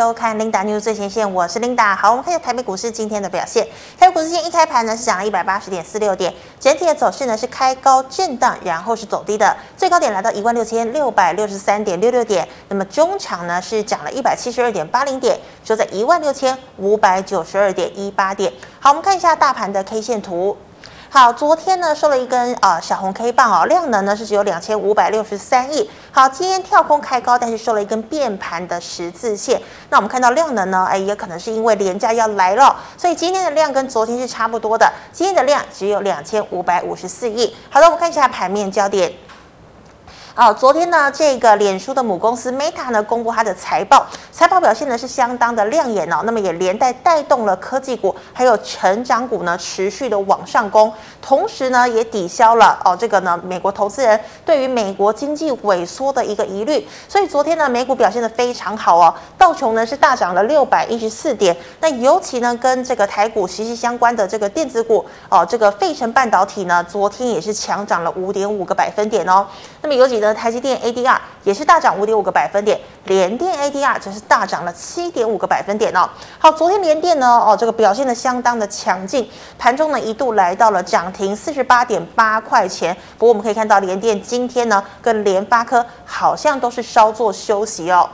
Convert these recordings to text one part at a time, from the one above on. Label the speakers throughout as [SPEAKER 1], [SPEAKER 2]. [SPEAKER 1] 收看 Linda News 最前线，我是 Linda。好，我们看一下台北股市今天的表现。台北股市今天一开盘呢是涨了一百八十点四六点，整体的走势呢是开高震荡，然后是走低的，最高点来到一万六千六百六十三点六六点。那么中场呢是涨了一百七十二点八零点，收在一万六千五百九十二点一八点。好，我们看一下大盘的 K 线图。好，昨天呢收了一根呃小红 K 棒哦，量能呢是只有两千五百六十三亿。好，今天跳空开高，但是收了一根变盘的十字线。那我们看到量能呢，哎，也可能是因为廉价要来了，所以今天的量跟昨天是差不多的。今天的量只有两千五百五十四亿。好的，我们看一下盘面焦点。哦，昨天呢，这个脸书的母公司 Meta 呢，公布它的财报，财报表现呢是相当的亮眼哦。那么也连带带动了科技股还有成长股呢持续的往上攻，同时呢也抵消了哦这个呢美国投资人对于美国经济萎缩的一个疑虑。所以昨天呢美股表现的非常好哦，道琼呢是大涨了六百一十四点，那尤其呢跟这个台股息息相关的这个电子股哦，这个费城半导体呢昨天也是强涨了五点五个百分点哦。那么尤其呢，台积电 ADR 也是大涨五点五个百分点，联电 ADR 则是大涨了七点五个百分点哦。好，昨天联电呢，哦，这个表现的相当的强劲，盘中呢一度来到了涨停四十八点八块钱。不过我们可以看到，联电今天呢跟联发科好像都是稍作休息哦。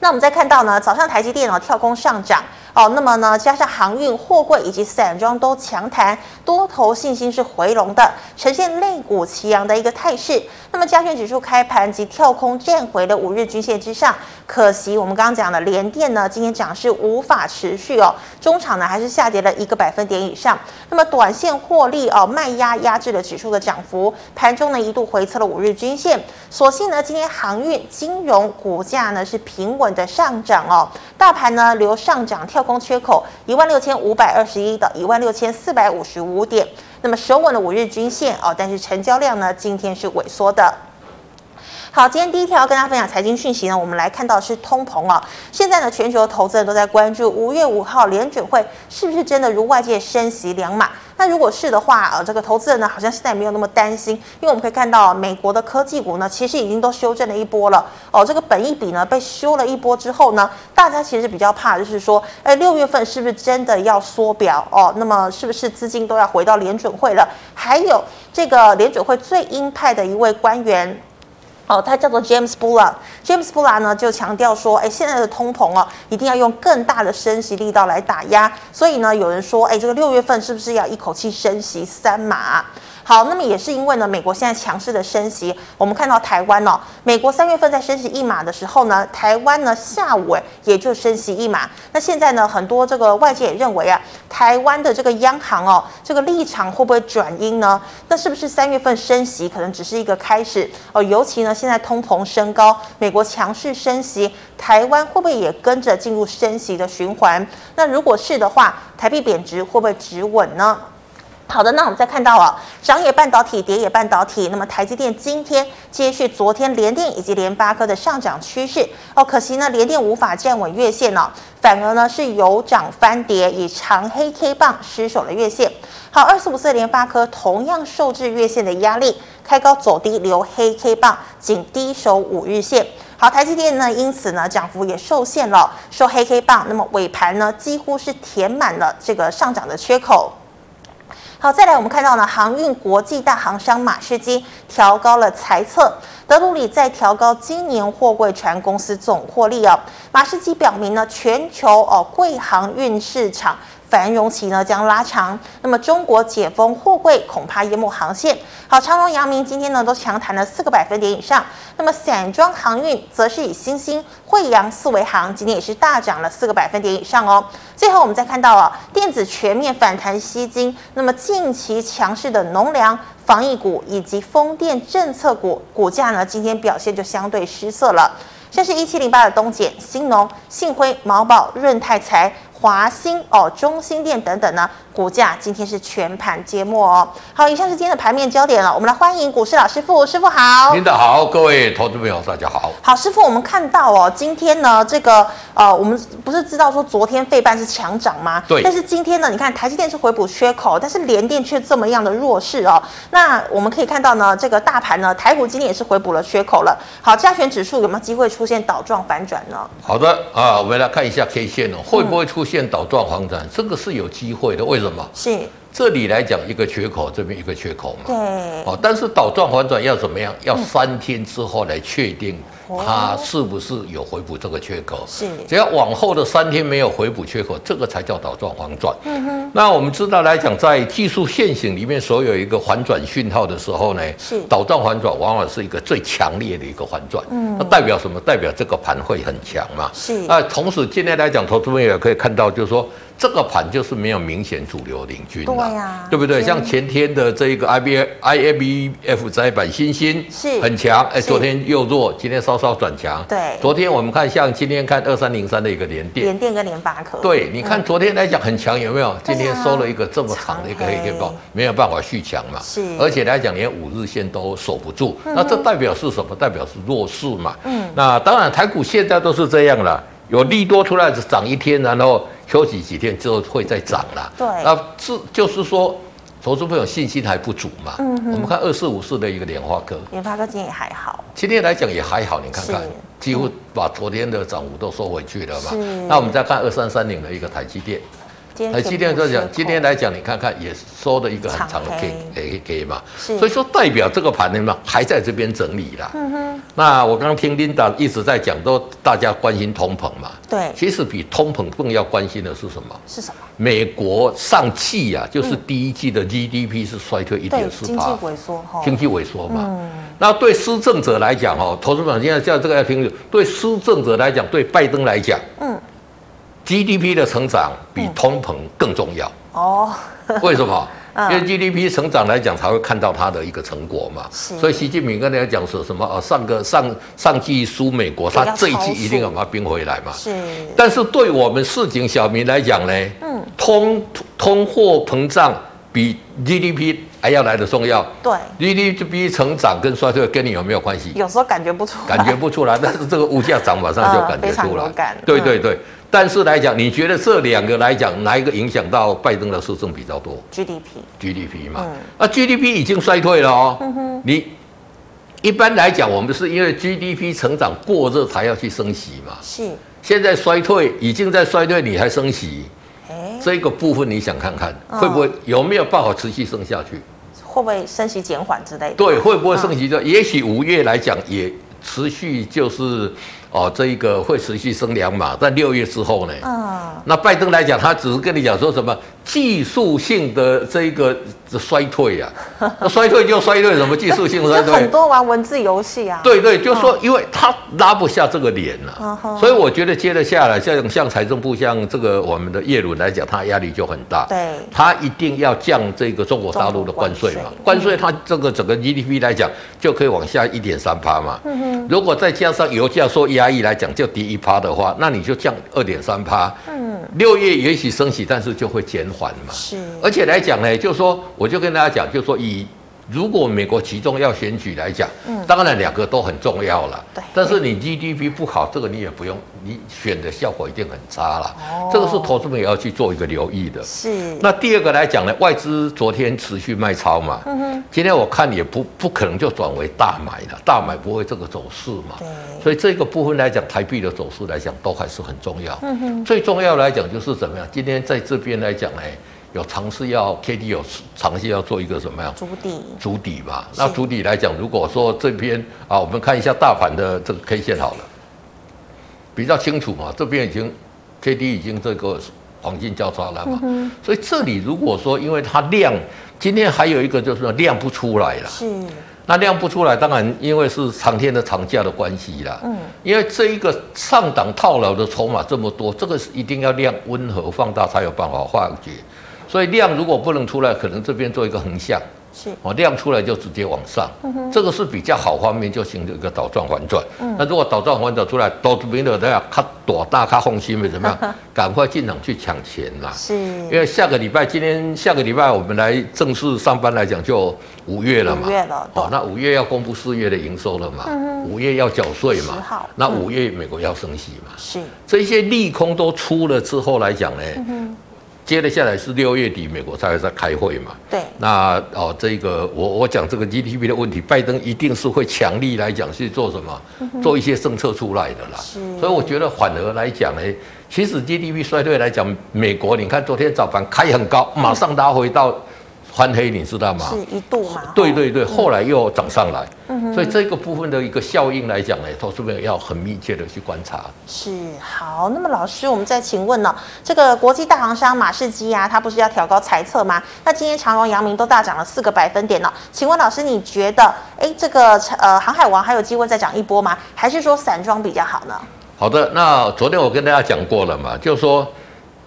[SPEAKER 1] 那我们再看到呢，早上台积电哦跳空上涨哦，那么呢加上航运、货柜以及散装都强弹，多头信心是回笼的，呈现肋骨齐扬的一个态势。那么加权指数开盘即跳空站回了五日均线之上，可惜我们刚刚讲的联电呢，今天涨势无法持续哦，中场呢还是下跌了一个百分点以上。那么短线获利哦卖压压制了指数的涨幅，盘中呢一度回测了五日均线。所幸呢今天航运、金融股价呢是平稳。的上涨哦，大盘呢留上涨跳空缺口一万六千五百二十一到一万六千四百五十五点，那么守稳了五日均线哦，但是成交量呢今天是萎缩的。好，今天第一条跟大家分享财经讯息呢，我们来看到是通膨哦。现在呢，全球投资人都在关注五月五号联准会是不是真的如外界升息两码。那如果是的话，呃，这个投资人呢好像现在没有那么担心，因为我们可以看到啊美国的科技股呢其实已经都修正了一波了哦。这个本益比呢被修了一波之后呢，大家其实比较怕就是说，哎，六月份是不是真的要缩表哦？那么是不是资金都要回到联准会了？还有这个联准会最鹰派的一位官员。哦，他叫做 James Bulla。James Bulla 呢就强调说，哎，现在的通膨哦，一定要用更大的升息力道来打压。所以呢，有人说，哎，这个六月份是不是要一口气升息三码？好，那么也是因为呢，美国现在强势的升息，我们看到台湾哦，美国三月份在升息一码的时候呢，台湾呢下午哎也就升息一码。那现在呢，很多这个外界也认为啊，台湾的这个央行哦，这个立场会不会转阴呢？那是不是三月份升息可能只是一个开始哦？尤其呢，现在通膨升高，美国强势升息，台湾会不会也跟着进入升息的循环？那如果是的话，台币贬值会不会止稳呢？好的，那我们再看到啊，涨也半导体，跌也半导体。那么台积电今天接续昨天联电以及联发科的上涨趋势哦，可惜呢，联电无法站稳月线哦，反而呢是由涨翻跌，以长黑 K 棒失守了月线。好，二四五四的联发科同样受制月线的压力，开高走低，留黑 K 棒，仅低守五日线。好，台积电呢，因此呢，涨幅也受限了，收黑 K 棒。那么尾盘呢，几乎是填满了这个上涨的缺口。好，再来我们看到呢，航运国际大航商马士基调高了财测，德鲁里再调高今年货柜船公司总获利哦。马士基表明呢，全球哦贵航运市场。繁荣期呢将拉长，那么中国解封货柜恐怕淹没航线。好，长荣、阳明今天呢都强弹了四个百分点以上。那么散装航运则是以新兴、惠阳、四维航今天也是大涨了四个百分点以上哦。最后我们再看到啊，电子全面反弹吸金，那么近期强势的农粮。防疫股以及风电政策股股价呢，今天表现就相对失色了。像是一七零八的东碱、新农、信辉、毛宝、润泰财。华兴哦、中兴电等等呢，股价今天是全盘揭幕哦。好，以上是今天的盘面焦点了，我们来欢迎股市老师傅，师傅好。
[SPEAKER 2] 领导好，各位投资朋友大家好。
[SPEAKER 1] 好，师傅，我们看到哦，今天呢，这个呃，我们不是知道说昨天费半是强涨吗？
[SPEAKER 2] 对
[SPEAKER 1] 但是今天呢，你看台积电是回补缺口，但是联电却这么样的弱势哦。那我们可以看到呢，这个大盘呢，台股今天也是回补了缺口了。好，加权指数有没有机会出现倒状反转呢？
[SPEAKER 2] 好的啊，我们来看一下 K 线哦，
[SPEAKER 1] 嗯
[SPEAKER 2] 会不会出现倒状反转？这个是有机会的，为什么？
[SPEAKER 1] 是，
[SPEAKER 2] 这里来讲一个缺口，这边一个缺口嘛。
[SPEAKER 1] 对，
[SPEAKER 2] 哦，但是倒状反转要怎么样？要三天之后来确定它是不是有回补这个缺口。
[SPEAKER 1] 是
[SPEAKER 2] 只要往后的三天没有回补缺口，这个才叫倒状反转。那我们知道来讲，在技术线型里面，所有一个反转讯号的时候呢，
[SPEAKER 1] 是
[SPEAKER 2] 倒状反转往往是一个最强烈的一个反转。嗯，那代表什么？代表这个盘会很强嘛。
[SPEAKER 1] 是
[SPEAKER 2] 那同时今天来讲，投资朋友也可以看到，就是说这个盘就是没有明显主流领军啦
[SPEAKER 1] 对啊呀
[SPEAKER 2] 对不对？
[SPEAKER 1] 是
[SPEAKER 2] 像前天的这一个 I B I M B F 窄板新兴
[SPEAKER 1] 是
[SPEAKER 2] 很强，哎，
[SPEAKER 1] 是
[SPEAKER 2] 昨天又弱，今天稍稍转强。
[SPEAKER 1] 对
[SPEAKER 2] 昨天我们看像今天看二三零三的一个连电
[SPEAKER 1] 联，电跟联发科。
[SPEAKER 2] 对，你
[SPEAKER 1] 嗯
[SPEAKER 2] 看昨天来讲很强，有没有？
[SPEAKER 1] 啊
[SPEAKER 2] 今天收了一个这么长的一个黑
[SPEAKER 1] 长黑
[SPEAKER 2] K 棒，没有办法续强嘛。
[SPEAKER 1] 哎是嗯
[SPEAKER 2] 而且来讲连五日线都守不住，那这代表是什么？代表是弱势嘛。嗯，那当然台股现在都是这样了，有利多出来涨一天，然后休息几天之后会再涨啦。
[SPEAKER 1] 对
[SPEAKER 2] 那这就是说。投资朋友信心还不足嘛？嗯、我们看二四五四的一个莲花科，
[SPEAKER 1] 联发科今天也还好。
[SPEAKER 2] 今天来讲也还好，你看看
[SPEAKER 1] 是，
[SPEAKER 2] 几乎把昨天的涨幅都收回去了嘛
[SPEAKER 1] 是。
[SPEAKER 2] 那我们再看二三三零的一个台积电，
[SPEAKER 1] 今
[SPEAKER 2] 台积电
[SPEAKER 1] 全
[SPEAKER 2] 就
[SPEAKER 1] 部缺
[SPEAKER 2] 讲
[SPEAKER 1] 口，
[SPEAKER 2] 今天来讲，你看看也收了一个很长的
[SPEAKER 1] 长
[SPEAKER 2] K K K 嘛，
[SPEAKER 1] 是嗯
[SPEAKER 2] 所以说代表这个盘呢嘛还在这边整理啦。那我刚刚听 Linda 一直在讲，都大家关心通膨嘛，
[SPEAKER 1] 对
[SPEAKER 2] 其实比通膨更要关心的是什么？
[SPEAKER 1] 是什么？
[SPEAKER 2] 美国上季啊，就是第一季的 GDP 是衰退
[SPEAKER 1] 嗯
[SPEAKER 2] 一
[SPEAKER 1] 对，
[SPEAKER 2] 点四
[SPEAKER 1] 经济
[SPEAKER 2] 帕，
[SPEAKER 1] 萎缩哈。嗯
[SPEAKER 2] 经济萎缩嘛。那对施政者来讲，哦，投资者现在叫这个要听清楚。对施政者来讲，对拜登来讲，
[SPEAKER 1] 嗯
[SPEAKER 2] ，GDP 的成长比通膨更重要。
[SPEAKER 1] 哦，
[SPEAKER 2] 为什么？
[SPEAKER 1] 嗯
[SPEAKER 2] 因为 GDP 成长来讲，才会看到它的一个成果嘛。
[SPEAKER 1] 是
[SPEAKER 2] 所以习近平跟大家讲说什么？呃，上个上上季输美国，
[SPEAKER 1] 对
[SPEAKER 2] 他
[SPEAKER 1] 要
[SPEAKER 2] 这一
[SPEAKER 1] 超
[SPEAKER 2] 季一定
[SPEAKER 1] 速
[SPEAKER 2] 要把它冰回来嘛。
[SPEAKER 1] 是
[SPEAKER 2] 但是对我们市井小民来讲呢，嗯，通通货膨胀比 GDP 还要来的重要。
[SPEAKER 1] 对，
[SPEAKER 2] GDP 成长跟衰退跟你有没有关系？
[SPEAKER 1] 有时候感觉不出来。
[SPEAKER 2] 感觉不出来， 但是这个物价涨马上就
[SPEAKER 1] 嗯
[SPEAKER 2] 感觉
[SPEAKER 1] 非常
[SPEAKER 2] 出来。
[SPEAKER 1] 有感
[SPEAKER 2] 对
[SPEAKER 1] 嗯
[SPEAKER 2] 对对，但是来讲，你觉得这两个来讲，哪一个影响到拜登的施政比较多
[SPEAKER 1] GDP
[SPEAKER 2] ？GDP 嘛啊
[SPEAKER 1] 嗯，
[SPEAKER 2] 那 GDP 已经衰退了哦。你一般来讲，我们是因为 GDP 成长过热才要去升息嘛。
[SPEAKER 1] 是，
[SPEAKER 2] 现在衰退已经在衰退，你还升息，
[SPEAKER 1] 哎，
[SPEAKER 2] 这个部分你想看看
[SPEAKER 1] 嗯
[SPEAKER 2] 会不会有没有办法持续升下去？
[SPEAKER 1] 会不会升息减缓之类的？
[SPEAKER 2] 对，会不会升息就？也许五月来讲也持续就是哦，这一个会持续升两码，但六月之后呢？
[SPEAKER 1] 嗯，
[SPEAKER 2] 那拜登来讲，他只是跟你讲说什么技术性的这一个衰退啊，那衰退就衰退，什么技术性衰
[SPEAKER 1] 就
[SPEAKER 2] 退
[SPEAKER 1] 很？多玩文字游戏啊。，
[SPEAKER 2] 对对，就说因为他拉不下这个脸了、
[SPEAKER 1] 嗯哼
[SPEAKER 2] 所以我觉得接得下来，像像财政部像这个我们的叶伦来讲，他压力就很大。
[SPEAKER 1] 对
[SPEAKER 2] 他一定要降这个中国大陆的关税
[SPEAKER 1] 嗯
[SPEAKER 2] 嘛，关税它这个整个 GDP 来讲就可以往下一点三趴嘛。
[SPEAKER 1] 嗯
[SPEAKER 2] 如果再加上油价说压抑来讲就低一趴的话，那你就降二点三趴。嗯，六月也许升息，但是就会减缓嘛。
[SPEAKER 1] 是
[SPEAKER 2] 而且来讲呢，就是说，我就跟大家讲，就是说以。如果美国其中要选举来讲，当然两个都很重要了。
[SPEAKER 1] 嗯对
[SPEAKER 2] 但是你 GDP 不好，这个你也不用，你选的效果一定很差了。
[SPEAKER 1] 哦
[SPEAKER 2] 这个是投资者也要去做一个留意的。
[SPEAKER 1] 是，
[SPEAKER 2] 那第二个来讲呢，外资昨天持续卖超嘛，
[SPEAKER 1] 嗯
[SPEAKER 2] 今天我看也不不可能就转为大买了，大买不会这个走势嘛
[SPEAKER 1] 对，
[SPEAKER 2] 所以这个部分来讲，台币的走势来讲都还是很重要。最重要来讲就是怎么样，今天在这边来讲呢，哎有尝试要 K D 有尝试要做一个什么样
[SPEAKER 1] 足底
[SPEAKER 2] 主底嘛？那主底来讲，如果说这边啊，我们看一下大盘的这个 K 线好了，比较清楚嘛。这边已经 K D 已经这个黄金交叉了嘛，所以这里如果说因为它量，今天还有一个就是说量不出来了。
[SPEAKER 1] 是，
[SPEAKER 2] 那量不出来，当然因为是长天的长假的关系啦。嗯，因为这一个上档套牢的筹码这么多，这个是一定要量温和放大才有办法化解。所以量如果不能出来，可能这边做一个横向，
[SPEAKER 1] 是
[SPEAKER 2] 哦，量出来就直接往上，这个是比较好方面，就形成一个倒转反转。那如果倒转反转出来，都没了，大家看多大看红心没怎么样，赶快进场去抢钱啦。因
[SPEAKER 1] 是，
[SPEAKER 2] 为下个礼拜，今天下个礼拜我们来正式上班来讲，就五月了嘛。
[SPEAKER 1] 五月了对
[SPEAKER 2] 哦，那五月要公布四月的营收了嘛，五月要缴税嘛
[SPEAKER 1] 10号，
[SPEAKER 2] 那五月美国要升息嘛，
[SPEAKER 1] 是
[SPEAKER 2] 这些利空都出了之后来讲呢，
[SPEAKER 1] 嗯
[SPEAKER 2] 接着下来是六月底美国才会在开会嘛。
[SPEAKER 1] 对，
[SPEAKER 2] 那哦，这个我我讲这个 GDP 的问题，拜登一定是会强力来讲去做什么，做一些政策出来的啦。
[SPEAKER 1] 嗯是
[SPEAKER 2] 所以我觉得反而来讲呢，其实 GDP 衰退来讲，美国你看昨天早盘开很高，马上拉回到翻黑，你知道吗？
[SPEAKER 1] 是一度嘛，
[SPEAKER 2] 对
[SPEAKER 1] 哦，
[SPEAKER 2] 对对，后来又涨上来，所以这个部分的一个效应来讲呢，投资者要很密切的去观察。
[SPEAKER 1] 是好。那么老师，我们再请问呢、这个国际大航商马士基啊，它不是要调高财测吗？那今天长荣、阳明都大涨了四个百分点呢、哦请问老师，你觉得，哎，这个呃航海王还有机会再涨一波吗？还是说散装比较好呢？
[SPEAKER 2] 好的，那昨天我跟大家讲过了嘛，就是说，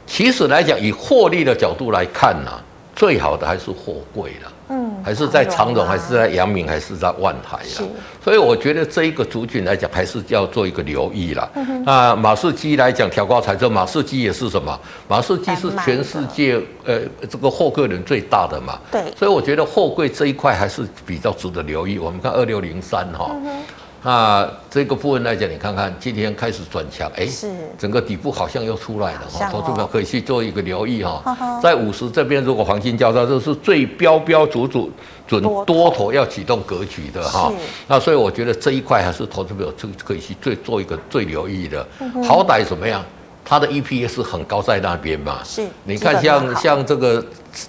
[SPEAKER 2] 其实来讲，以获利的角度来看呢、最好的还是货柜了，
[SPEAKER 1] 嗯，
[SPEAKER 2] 还是在长荣，
[SPEAKER 1] 啊
[SPEAKER 2] 还是在阳明，还是在万海
[SPEAKER 1] 是
[SPEAKER 2] 啦。所以我觉得这一个族群来讲，还是要做一个留意啦。
[SPEAKER 1] 嗯
[SPEAKER 2] 那马士基来讲，调高财政，马士基也是什么？马士基是全世界呃这个货柜轮最大的嘛。
[SPEAKER 1] 对
[SPEAKER 2] 所以我觉得货柜这一块还是比较值得留意。我们看二六零三哈。
[SPEAKER 1] 嗯
[SPEAKER 2] 那这个部分来讲，你看看今天开始转强，哎、
[SPEAKER 1] 是
[SPEAKER 2] 整个底部好像又出来了
[SPEAKER 1] 好像
[SPEAKER 2] 哈，
[SPEAKER 1] 哦
[SPEAKER 2] 投资者可以去做一个留意哈、
[SPEAKER 1] 呵呵
[SPEAKER 2] 在五十这边，如果黄金交叉，这是最标标准准准
[SPEAKER 1] 多头
[SPEAKER 2] 多头要启动格局的哈、
[SPEAKER 1] 是
[SPEAKER 2] 那所以我觉得这一块还是投资者这可以去最做一个最留意的，
[SPEAKER 1] 嗯
[SPEAKER 2] 好歹怎么样？它的 E EPS 很高在那边嘛，
[SPEAKER 1] 是
[SPEAKER 2] 你
[SPEAKER 1] 基
[SPEAKER 2] 看
[SPEAKER 1] 本
[SPEAKER 2] 像
[SPEAKER 1] 面好
[SPEAKER 2] 像这个，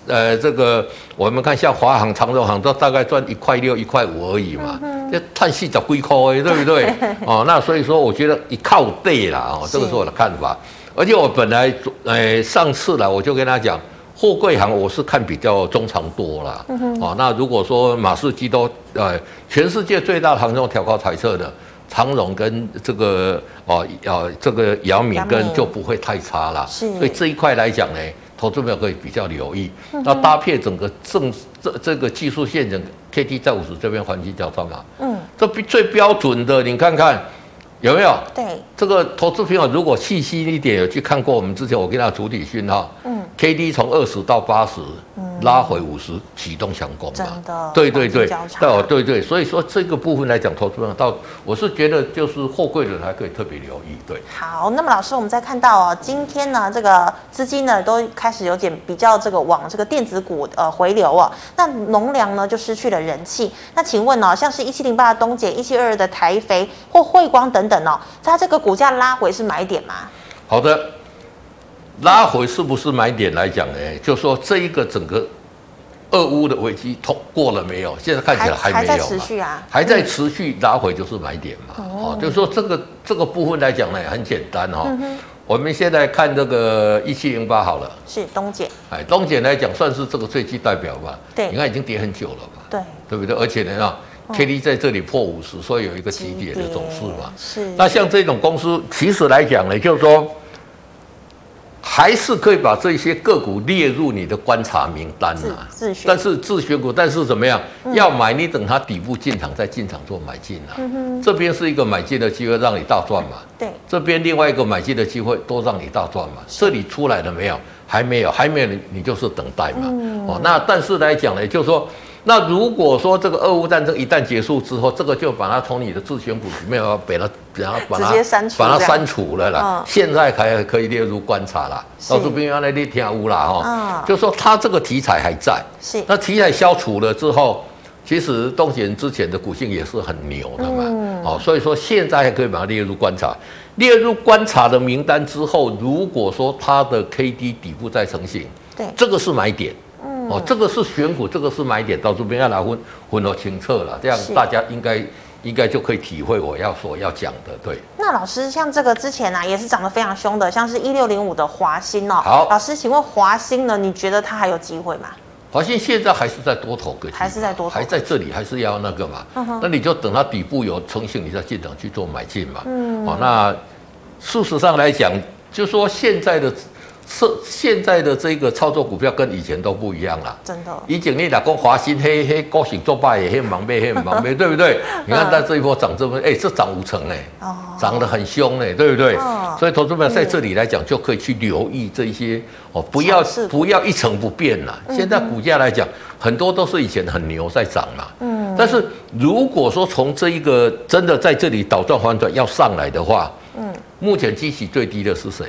[SPEAKER 2] 呃，这个我们看像华航、长荣航都大概赚一块六、一块五而已嘛，
[SPEAKER 1] 嗯
[SPEAKER 2] 这叹息找龟壳哎，对不对？ 哦，那所以说我觉得一靠对啦，哦，这个
[SPEAKER 1] 是
[SPEAKER 2] 是我的看法。而且我本来昨呃上次啦，我就跟他讲，货柜行我是看比较中长多啦。
[SPEAKER 1] 嗯
[SPEAKER 2] 哦，那如果说马士基都呃全世界最大的航空调高彩色的。长荣跟这个哦哦这个姚明
[SPEAKER 1] 阳
[SPEAKER 2] 跟
[SPEAKER 1] 明
[SPEAKER 2] 就不会太差啦，
[SPEAKER 1] 是
[SPEAKER 2] 所以这一块来讲呢，投资朋友可以比较留意。
[SPEAKER 1] 嗯
[SPEAKER 2] 那搭配整个正这这个技术线整个 K D 在五十这边环境交叉嘛，
[SPEAKER 1] 嗯，
[SPEAKER 2] 这比最标准的，你看看有没有？
[SPEAKER 1] 对，
[SPEAKER 2] 这个投资朋友如果细心一点，有去看过我们之前我跟他主体讯号，
[SPEAKER 1] 嗯
[SPEAKER 2] ，K D 从二十到八十、拉回五十，启动强攻
[SPEAKER 1] 真
[SPEAKER 2] 嘛，
[SPEAKER 1] 的
[SPEAKER 2] 对对对，
[SPEAKER 1] 黄金交叉
[SPEAKER 2] 对哦对对，所以说这个部分来讲，投资朋友到我是觉得就是货柜人还可以特别留意，对。
[SPEAKER 1] 好，那么老师，我们再看到哦，今天呢，这个资金呢都开始有点比较这个往这个电子股呃回流哦。那农粮呢就失去了人气。那请问哦，像是一七零八的东碱、一七二二的台肥或汇光等等哦，它这个股价拉回是买点吗？
[SPEAKER 2] 好的，拉回是不是买点来讲呢？就说这一个整个俄乌的危机通过了没有？现在看起来
[SPEAKER 1] 还
[SPEAKER 2] 还没
[SPEAKER 1] 在
[SPEAKER 2] 有
[SPEAKER 1] 持
[SPEAKER 2] 嘛。
[SPEAKER 1] 续嗯啊？
[SPEAKER 2] 还在持续拉回就是买点嘛，哦，就是说这个这个部分来讲呢，很简单哈、
[SPEAKER 1] 嗯
[SPEAKER 2] 我们现在看这个一七零八好了，
[SPEAKER 1] 是东碱，
[SPEAKER 2] 哎，东姐来讲算是这个最具代表吧。
[SPEAKER 1] 对哦
[SPEAKER 2] 你看已经跌很久了嘛，
[SPEAKER 1] 对，
[SPEAKER 2] 对不对？而且呢啊，K D 在这里破五十，所以有一个起点的走势嘛。
[SPEAKER 1] 是
[SPEAKER 2] 那像这种公司，其实来讲呢，就是说，还是可以把这些个股列入你的观察名单
[SPEAKER 1] 自
[SPEAKER 2] 啊。
[SPEAKER 1] 自选
[SPEAKER 2] 但是自选股，但是怎么样？要买你等它底部进场再进场做买进啊。这边是一个买进的机会，让你大赚嘛。
[SPEAKER 1] 对
[SPEAKER 2] 这边另外一个买进的机会，多让你大赚嘛。这里出来了没有？还没有，还没有，你你就是等待嘛。
[SPEAKER 1] 嗯
[SPEAKER 2] 哦，那但是来讲呢，就是说，那如果说这个俄乌战争一旦结束之后，这个就把它从你的自选股里面要把它把它把它
[SPEAKER 1] 直接删除
[SPEAKER 2] 把它
[SPEAKER 1] 这样
[SPEAKER 2] 删除了啦。
[SPEAKER 1] 嗯
[SPEAKER 2] 现在还可以列入观察啦。
[SPEAKER 1] 是
[SPEAKER 2] 到这边原来你听乌啦哈，
[SPEAKER 1] 嗯
[SPEAKER 2] 就说它这个题材还在。
[SPEAKER 1] 是
[SPEAKER 2] 那题材消除了之后，其实东贤之前的股性也是很牛的嘛，哦，所以说现在还可以把它列入观察，列入观察的名单之后，如果说它的 K D 底部再成型，
[SPEAKER 1] 对
[SPEAKER 2] 这个是买点。哦，这个是选股，这个是买点，到这边要来分分得清澈了，这样
[SPEAKER 1] 是
[SPEAKER 2] 大家应该应该就可以体会我要所要讲的，对。
[SPEAKER 1] 那老师，像这个之前啊，也是涨得非常凶的，像是一六零五的华兴哦。
[SPEAKER 2] 好
[SPEAKER 1] 老师，请问华兴呢？你觉得它还有机会吗？
[SPEAKER 2] 华信现在还是在多头格局嘛，
[SPEAKER 1] 还是在多头嗯
[SPEAKER 2] 还在这里，还是要那个嘛。那你就等它底部有成型，你再进场哦去做买进嘛。嗯，好、那事实上来讲，就说现在的是现在的这个操作股票跟以前都不一样了。
[SPEAKER 1] 真的，
[SPEAKER 2] 以前你打工华兴黑黑高兴做霸也黑忙呗黑忙呗，对 不对？你看它这一波涨这么，哎、这涨五成哎、
[SPEAKER 1] 哦，
[SPEAKER 2] 涨得很凶呢，对不对？
[SPEAKER 1] 嗯
[SPEAKER 2] 所以投资们在这里来讲，就可以去留意这些哦，不要
[SPEAKER 1] 尝试股嗯
[SPEAKER 2] 不要一成不变了。现在股价来讲，很多都是以前很牛在涨嘛。
[SPEAKER 1] 嗯，
[SPEAKER 2] 但是如果说从这一个真的在这里倒转反转要上来的话，
[SPEAKER 1] 嗯，
[SPEAKER 2] 目前基期最低的是谁？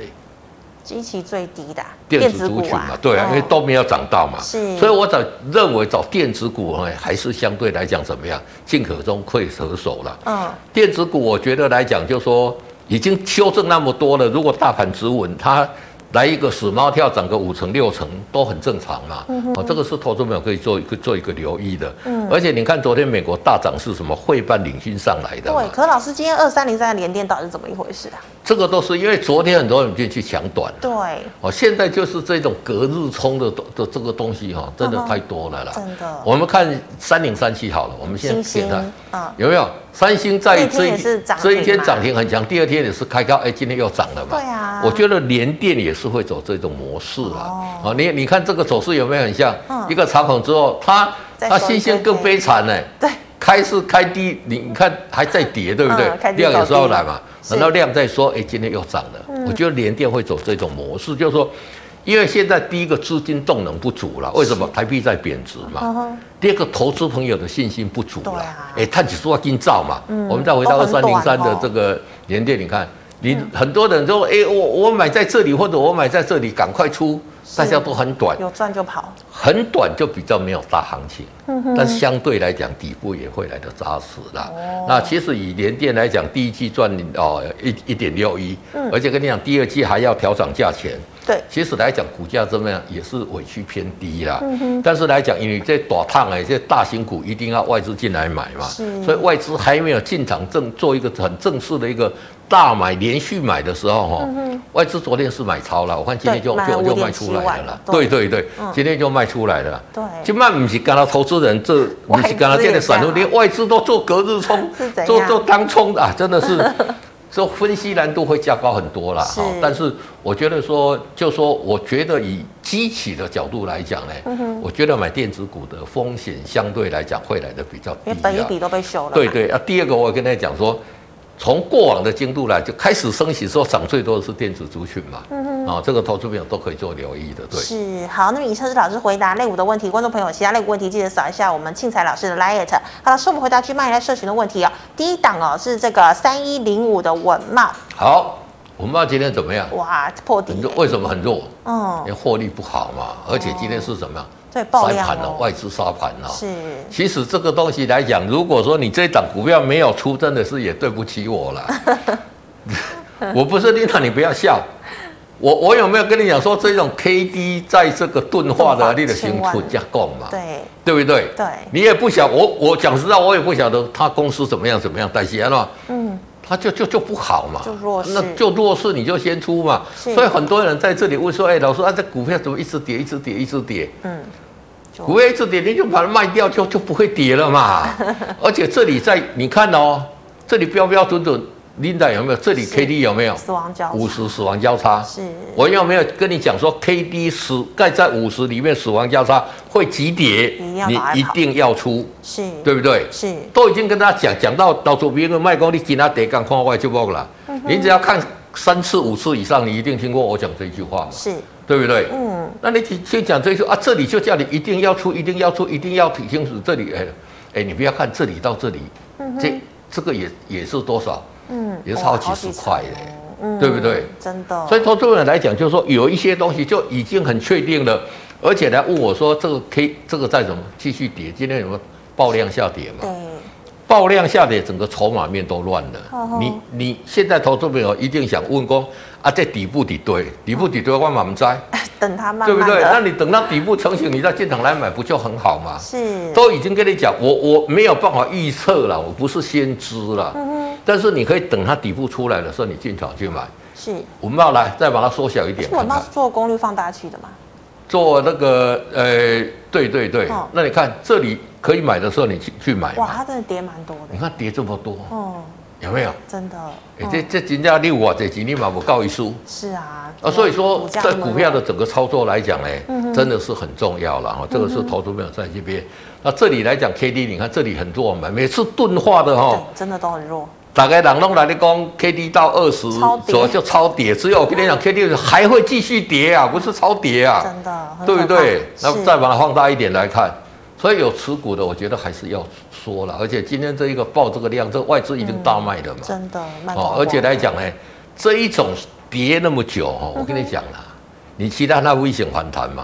[SPEAKER 1] 基期最低的啊
[SPEAKER 2] 电子族群嘛，对啊，因为
[SPEAKER 1] 哦
[SPEAKER 2] 都没有涨到嘛，
[SPEAKER 1] 是
[SPEAKER 2] 所以我找认为找电子股哎，还是相对来讲怎么样，进可攻，退可守了。
[SPEAKER 1] 嗯，
[SPEAKER 2] 电子股我觉得来讲，就说已经修正那么多了，如果大盘止稳，它来一个死猫跳，涨个五成六成都很正常嘛。
[SPEAKER 1] 嗯
[SPEAKER 2] 哦，这个是投资朋友可以做一个做一个留意的。嗯，而且你看昨天美国大涨是什么？汇办领军上来的嘛，
[SPEAKER 1] 对。可是老师，今天二三零三的连电到底是怎么一回事啊？
[SPEAKER 2] 这个都是因为昨天很多人进去抢短。
[SPEAKER 1] 对，
[SPEAKER 2] 哦，现在就是这种隔日冲的的这个东西哈、哦，真的
[SPEAKER 1] 嗯哼
[SPEAKER 2] 太多了啦。
[SPEAKER 1] 真的
[SPEAKER 2] 我们看三零三七好了，我们现在
[SPEAKER 1] 星
[SPEAKER 2] 点它
[SPEAKER 1] 星，嗯，
[SPEAKER 2] 有没有？三星
[SPEAKER 1] 那
[SPEAKER 2] 在
[SPEAKER 1] 一天
[SPEAKER 2] 这
[SPEAKER 1] 也是涨停
[SPEAKER 2] 这一天
[SPEAKER 1] 嘛
[SPEAKER 2] 涨停很强，第二天也是开高，哎，今天又涨了嘛。
[SPEAKER 1] 对啊
[SPEAKER 2] 我觉得联电也是会走这种模式啦。哦，你你看这个走势有没有很像？
[SPEAKER 1] 嗯
[SPEAKER 2] 一个长孔之后，它
[SPEAKER 1] 再
[SPEAKER 2] 它
[SPEAKER 1] 收一根
[SPEAKER 2] 新鲜更
[SPEAKER 1] 黑
[SPEAKER 2] 悲惨呢、
[SPEAKER 1] 对，
[SPEAKER 2] 开是开低，你你看还在跌，对不对？
[SPEAKER 1] 嗯开低
[SPEAKER 2] 量
[SPEAKER 1] 走
[SPEAKER 2] 有时候
[SPEAKER 1] 低
[SPEAKER 2] 来嘛，
[SPEAKER 1] 是嗯
[SPEAKER 2] 然后量在说，哎，今天又涨了。我觉得联电会走这种模式，就是说，因为现在第一个资金动能不足了，为什么台币在贬值
[SPEAKER 1] 嗯
[SPEAKER 2] 嘛？
[SPEAKER 1] 哼，
[SPEAKER 2] 第二个投资朋友的信心不足
[SPEAKER 1] 对
[SPEAKER 2] 了
[SPEAKER 1] 啊，嗯
[SPEAKER 2] 哎、探起说今造嘛，我们再回到
[SPEAKER 1] 都
[SPEAKER 2] 二
[SPEAKER 1] 很
[SPEAKER 2] 三
[SPEAKER 1] 短
[SPEAKER 2] 零三的
[SPEAKER 1] 哦
[SPEAKER 2] 这个联电，你看，你
[SPEAKER 1] 嗯
[SPEAKER 2] 很多人说，哎、我我买在这里或者我买在这里，赶快出，大家都很短，
[SPEAKER 1] 有赚就跑，
[SPEAKER 2] 很短就比较没有大行情，
[SPEAKER 1] 嗯
[SPEAKER 2] 但是相对来讲底部也会来的扎实啦。
[SPEAKER 1] 哦
[SPEAKER 2] 那其实以联电来讲，第一季赚哦一一点六一，
[SPEAKER 1] 嗯
[SPEAKER 2] 而且跟你讲，第二季还要调涨价钱。
[SPEAKER 1] 对，
[SPEAKER 2] 其实来讲，股价怎么样也是委屈偏低啦。
[SPEAKER 1] 嗯
[SPEAKER 2] 但是来讲，因为这短烫哎，这大型股一定要外资进来买嘛
[SPEAKER 1] 是，
[SPEAKER 2] 所以外资还没有进场正做一个很正式的一个大买连续买的时候哈、哦外资昨天是买超了，我看今天
[SPEAKER 1] 嗯对
[SPEAKER 2] 就
[SPEAKER 1] 买了
[SPEAKER 2] 就就卖
[SPEAKER 1] 5.7
[SPEAKER 2] 出来了啦。
[SPEAKER 1] 万对嗯
[SPEAKER 2] 对对对，今天就卖出来了啦。
[SPEAKER 1] 对，
[SPEAKER 2] 今麦不是干他投资人，这不是干他这个散户，
[SPEAKER 1] 外资也这样
[SPEAKER 2] 连外资都做隔日冲
[SPEAKER 1] 啊是怎样，
[SPEAKER 2] 做做当冲的啊，真的 是，说分析难度会加高很多啦。
[SPEAKER 1] 是
[SPEAKER 2] 哈但是我觉得说，就说我觉得以机器的角度来讲呢，
[SPEAKER 1] 嗯
[SPEAKER 2] 我觉得买电子股的风险相对来讲会来的比较低
[SPEAKER 1] 因为
[SPEAKER 2] 啊。
[SPEAKER 1] 本一笔都被修了嘛，
[SPEAKER 2] 对对啊，第二个我跟大家讲说，从过往的经度来，就开始升息之后，涨最多的是电子族群嘛，
[SPEAKER 1] 嗯
[SPEAKER 2] 啊，这个投资朋友都可以做留意的，对。
[SPEAKER 1] 是好，那么以上是老师回答类股的问题，观众朋友其他类股问题记得扫一下我们庆财老师的 liet。好，老师，我们回答去麦来社群的问题哦。第一档哦是这个三一零五的稳茂，
[SPEAKER 2] 好，我们要今天怎么样？
[SPEAKER 1] 哇，破底
[SPEAKER 2] 很
[SPEAKER 1] 耶
[SPEAKER 2] 弱，，为什么很弱？因
[SPEAKER 1] 嗯，
[SPEAKER 2] 为获利不好嘛，而且今天是什么样？
[SPEAKER 1] 对，哦爆
[SPEAKER 2] 杀
[SPEAKER 1] 量
[SPEAKER 2] 盘了，
[SPEAKER 1] 哦，
[SPEAKER 2] 外资杀盘了。
[SPEAKER 1] 是
[SPEAKER 2] 其实这个东西来讲，如果说你这档股票没有出，真的是也对不起 我了。我不是令到你不要笑，我我有没有跟你讲说这种 K D 在这个钝化
[SPEAKER 1] 钝化
[SPEAKER 2] 的你的
[SPEAKER 1] 千
[SPEAKER 2] 行
[SPEAKER 1] 万
[SPEAKER 2] 处加供嘛，
[SPEAKER 1] 对
[SPEAKER 2] 对不对？
[SPEAKER 1] 对，
[SPEAKER 2] 你也不想我我讲实在，我也不晓得他公司怎么样怎么样，但是啊，
[SPEAKER 1] 嗯，
[SPEAKER 2] 它就就就不好嘛，
[SPEAKER 1] 就弱势
[SPEAKER 2] 那就弱势你就先出嘛。
[SPEAKER 1] 是
[SPEAKER 2] 所以很多人在这里问说，哎、老师啊，这股票怎么一直跌，一直跌，一直跌？
[SPEAKER 1] 嗯，就
[SPEAKER 2] 股票一直跌，你就把它卖掉，就就不会跌 了嘛。而且这里在你看哦，这里标标准准，Linda 有没有？这里
[SPEAKER 1] 是
[SPEAKER 2] K D 有没有？
[SPEAKER 1] 死亡交
[SPEAKER 2] 五十死亡交叉。
[SPEAKER 1] 是
[SPEAKER 2] 我有没有跟你讲说 K D 十盖在五十里面死亡交叉会急跌
[SPEAKER 1] 你一定要，
[SPEAKER 2] 你
[SPEAKER 1] 把它
[SPEAKER 2] 一
[SPEAKER 1] 跑
[SPEAKER 2] 定要出，
[SPEAKER 1] 是，
[SPEAKER 2] 对不对？
[SPEAKER 1] 是
[SPEAKER 2] 都已经跟他讲讲到到左边的卖光，你今他得赶快外就爆了。你只要看三次五次以上，你一定听过我讲这句话嘛，
[SPEAKER 1] 是，
[SPEAKER 2] 对不对？
[SPEAKER 1] 嗯，
[SPEAKER 2] 那你去去讲这句啊，这里就叫你一定要出，一定要出，一定要挺清楚这里。哎，哎，你不要看这里到这里，这这个也也是多少，
[SPEAKER 1] 嗯，
[SPEAKER 2] 也是
[SPEAKER 1] 哇
[SPEAKER 2] 好几十块
[SPEAKER 1] 层
[SPEAKER 2] 嘞
[SPEAKER 1] 哦嗯
[SPEAKER 2] 对不对？
[SPEAKER 1] 真的，
[SPEAKER 2] 所以投资人来讲，就是说有一些东西就已经很确定了，而且来问我说这个 K 这个再怎么继续跌，今天有没有爆量下跌嘛？
[SPEAKER 1] 对，
[SPEAKER 2] 爆量下跌，整个筹码面都乱了。
[SPEAKER 1] 哦吼
[SPEAKER 2] 你你现在投资朋友一定想问讲啊，这底部底对，底部底对，我满在，
[SPEAKER 1] 等它慢
[SPEAKER 2] 对不
[SPEAKER 1] 慢
[SPEAKER 2] 对？
[SPEAKER 1] 的，
[SPEAKER 2] 那你等到底部成型，你再进场来买，不就很好吗？
[SPEAKER 1] 是，
[SPEAKER 2] 都已经跟你讲，我我没有办法预测了，我不是先知了。
[SPEAKER 1] 嗯
[SPEAKER 2] 但是你可以等它底部出来的时候，你进场去买。
[SPEAKER 1] 是，
[SPEAKER 2] 文茂来，再把它缩小一点
[SPEAKER 1] 是稳
[SPEAKER 2] 看
[SPEAKER 1] 茂
[SPEAKER 2] 看
[SPEAKER 1] 是。做功率放大器的嘛？
[SPEAKER 2] 做那个呃，对对对，
[SPEAKER 1] 哦
[SPEAKER 2] 那你看这里可以买的时候，你去去买嘛。
[SPEAKER 1] 哇，它真的跌蛮多的
[SPEAKER 2] 你。看跌这么多，
[SPEAKER 1] 哦，
[SPEAKER 2] 有没有？
[SPEAKER 1] 真的，哦
[SPEAKER 2] 嗯哎这这金价六啊，这几年嘛我告一输
[SPEAKER 1] 是啊，
[SPEAKER 2] 啊，所以说
[SPEAKER 1] 价
[SPEAKER 2] 在
[SPEAKER 1] 那么
[SPEAKER 2] 股票
[SPEAKER 1] 弱
[SPEAKER 2] 的整个操作来讲，哎，
[SPEAKER 1] 嗯
[SPEAKER 2] 真的是很重要了哈。这个是投资朋友在这边。那这里来讲，K D，你看这里很弱嘛，每次钝化的哈，
[SPEAKER 1] 对真的都很弱，
[SPEAKER 2] 大概朗龙来的讲 K D 到二十
[SPEAKER 1] 超跌
[SPEAKER 2] 左右就超跌，只有我跟你讲 ，K D 还会继续跌啊，不是超跌啊。
[SPEAKER 1] 真的，很可
[SPEAKER 2] 对不对
[SPEAKER 1] 怕？
[SPEAKER 2] 那
[SPEAKER 1] 是
[SPEAKER 2] 再把它放大一点来看，所以有持股的，我觉得还是要说了。而且今天这一个报这个量，这外资已经大卖了嘛，
[SPEAKER 1] 真的慢
[SPEAKER 2] 哦，
[SPEAKER 1] 光
[SPEAKER 2] 而且
[SPEAKER 1] 光
[SPEAKER 2] 来讲呢，这一种跌那么久哦，我跟你讲啦，你期待它危险反弹吗？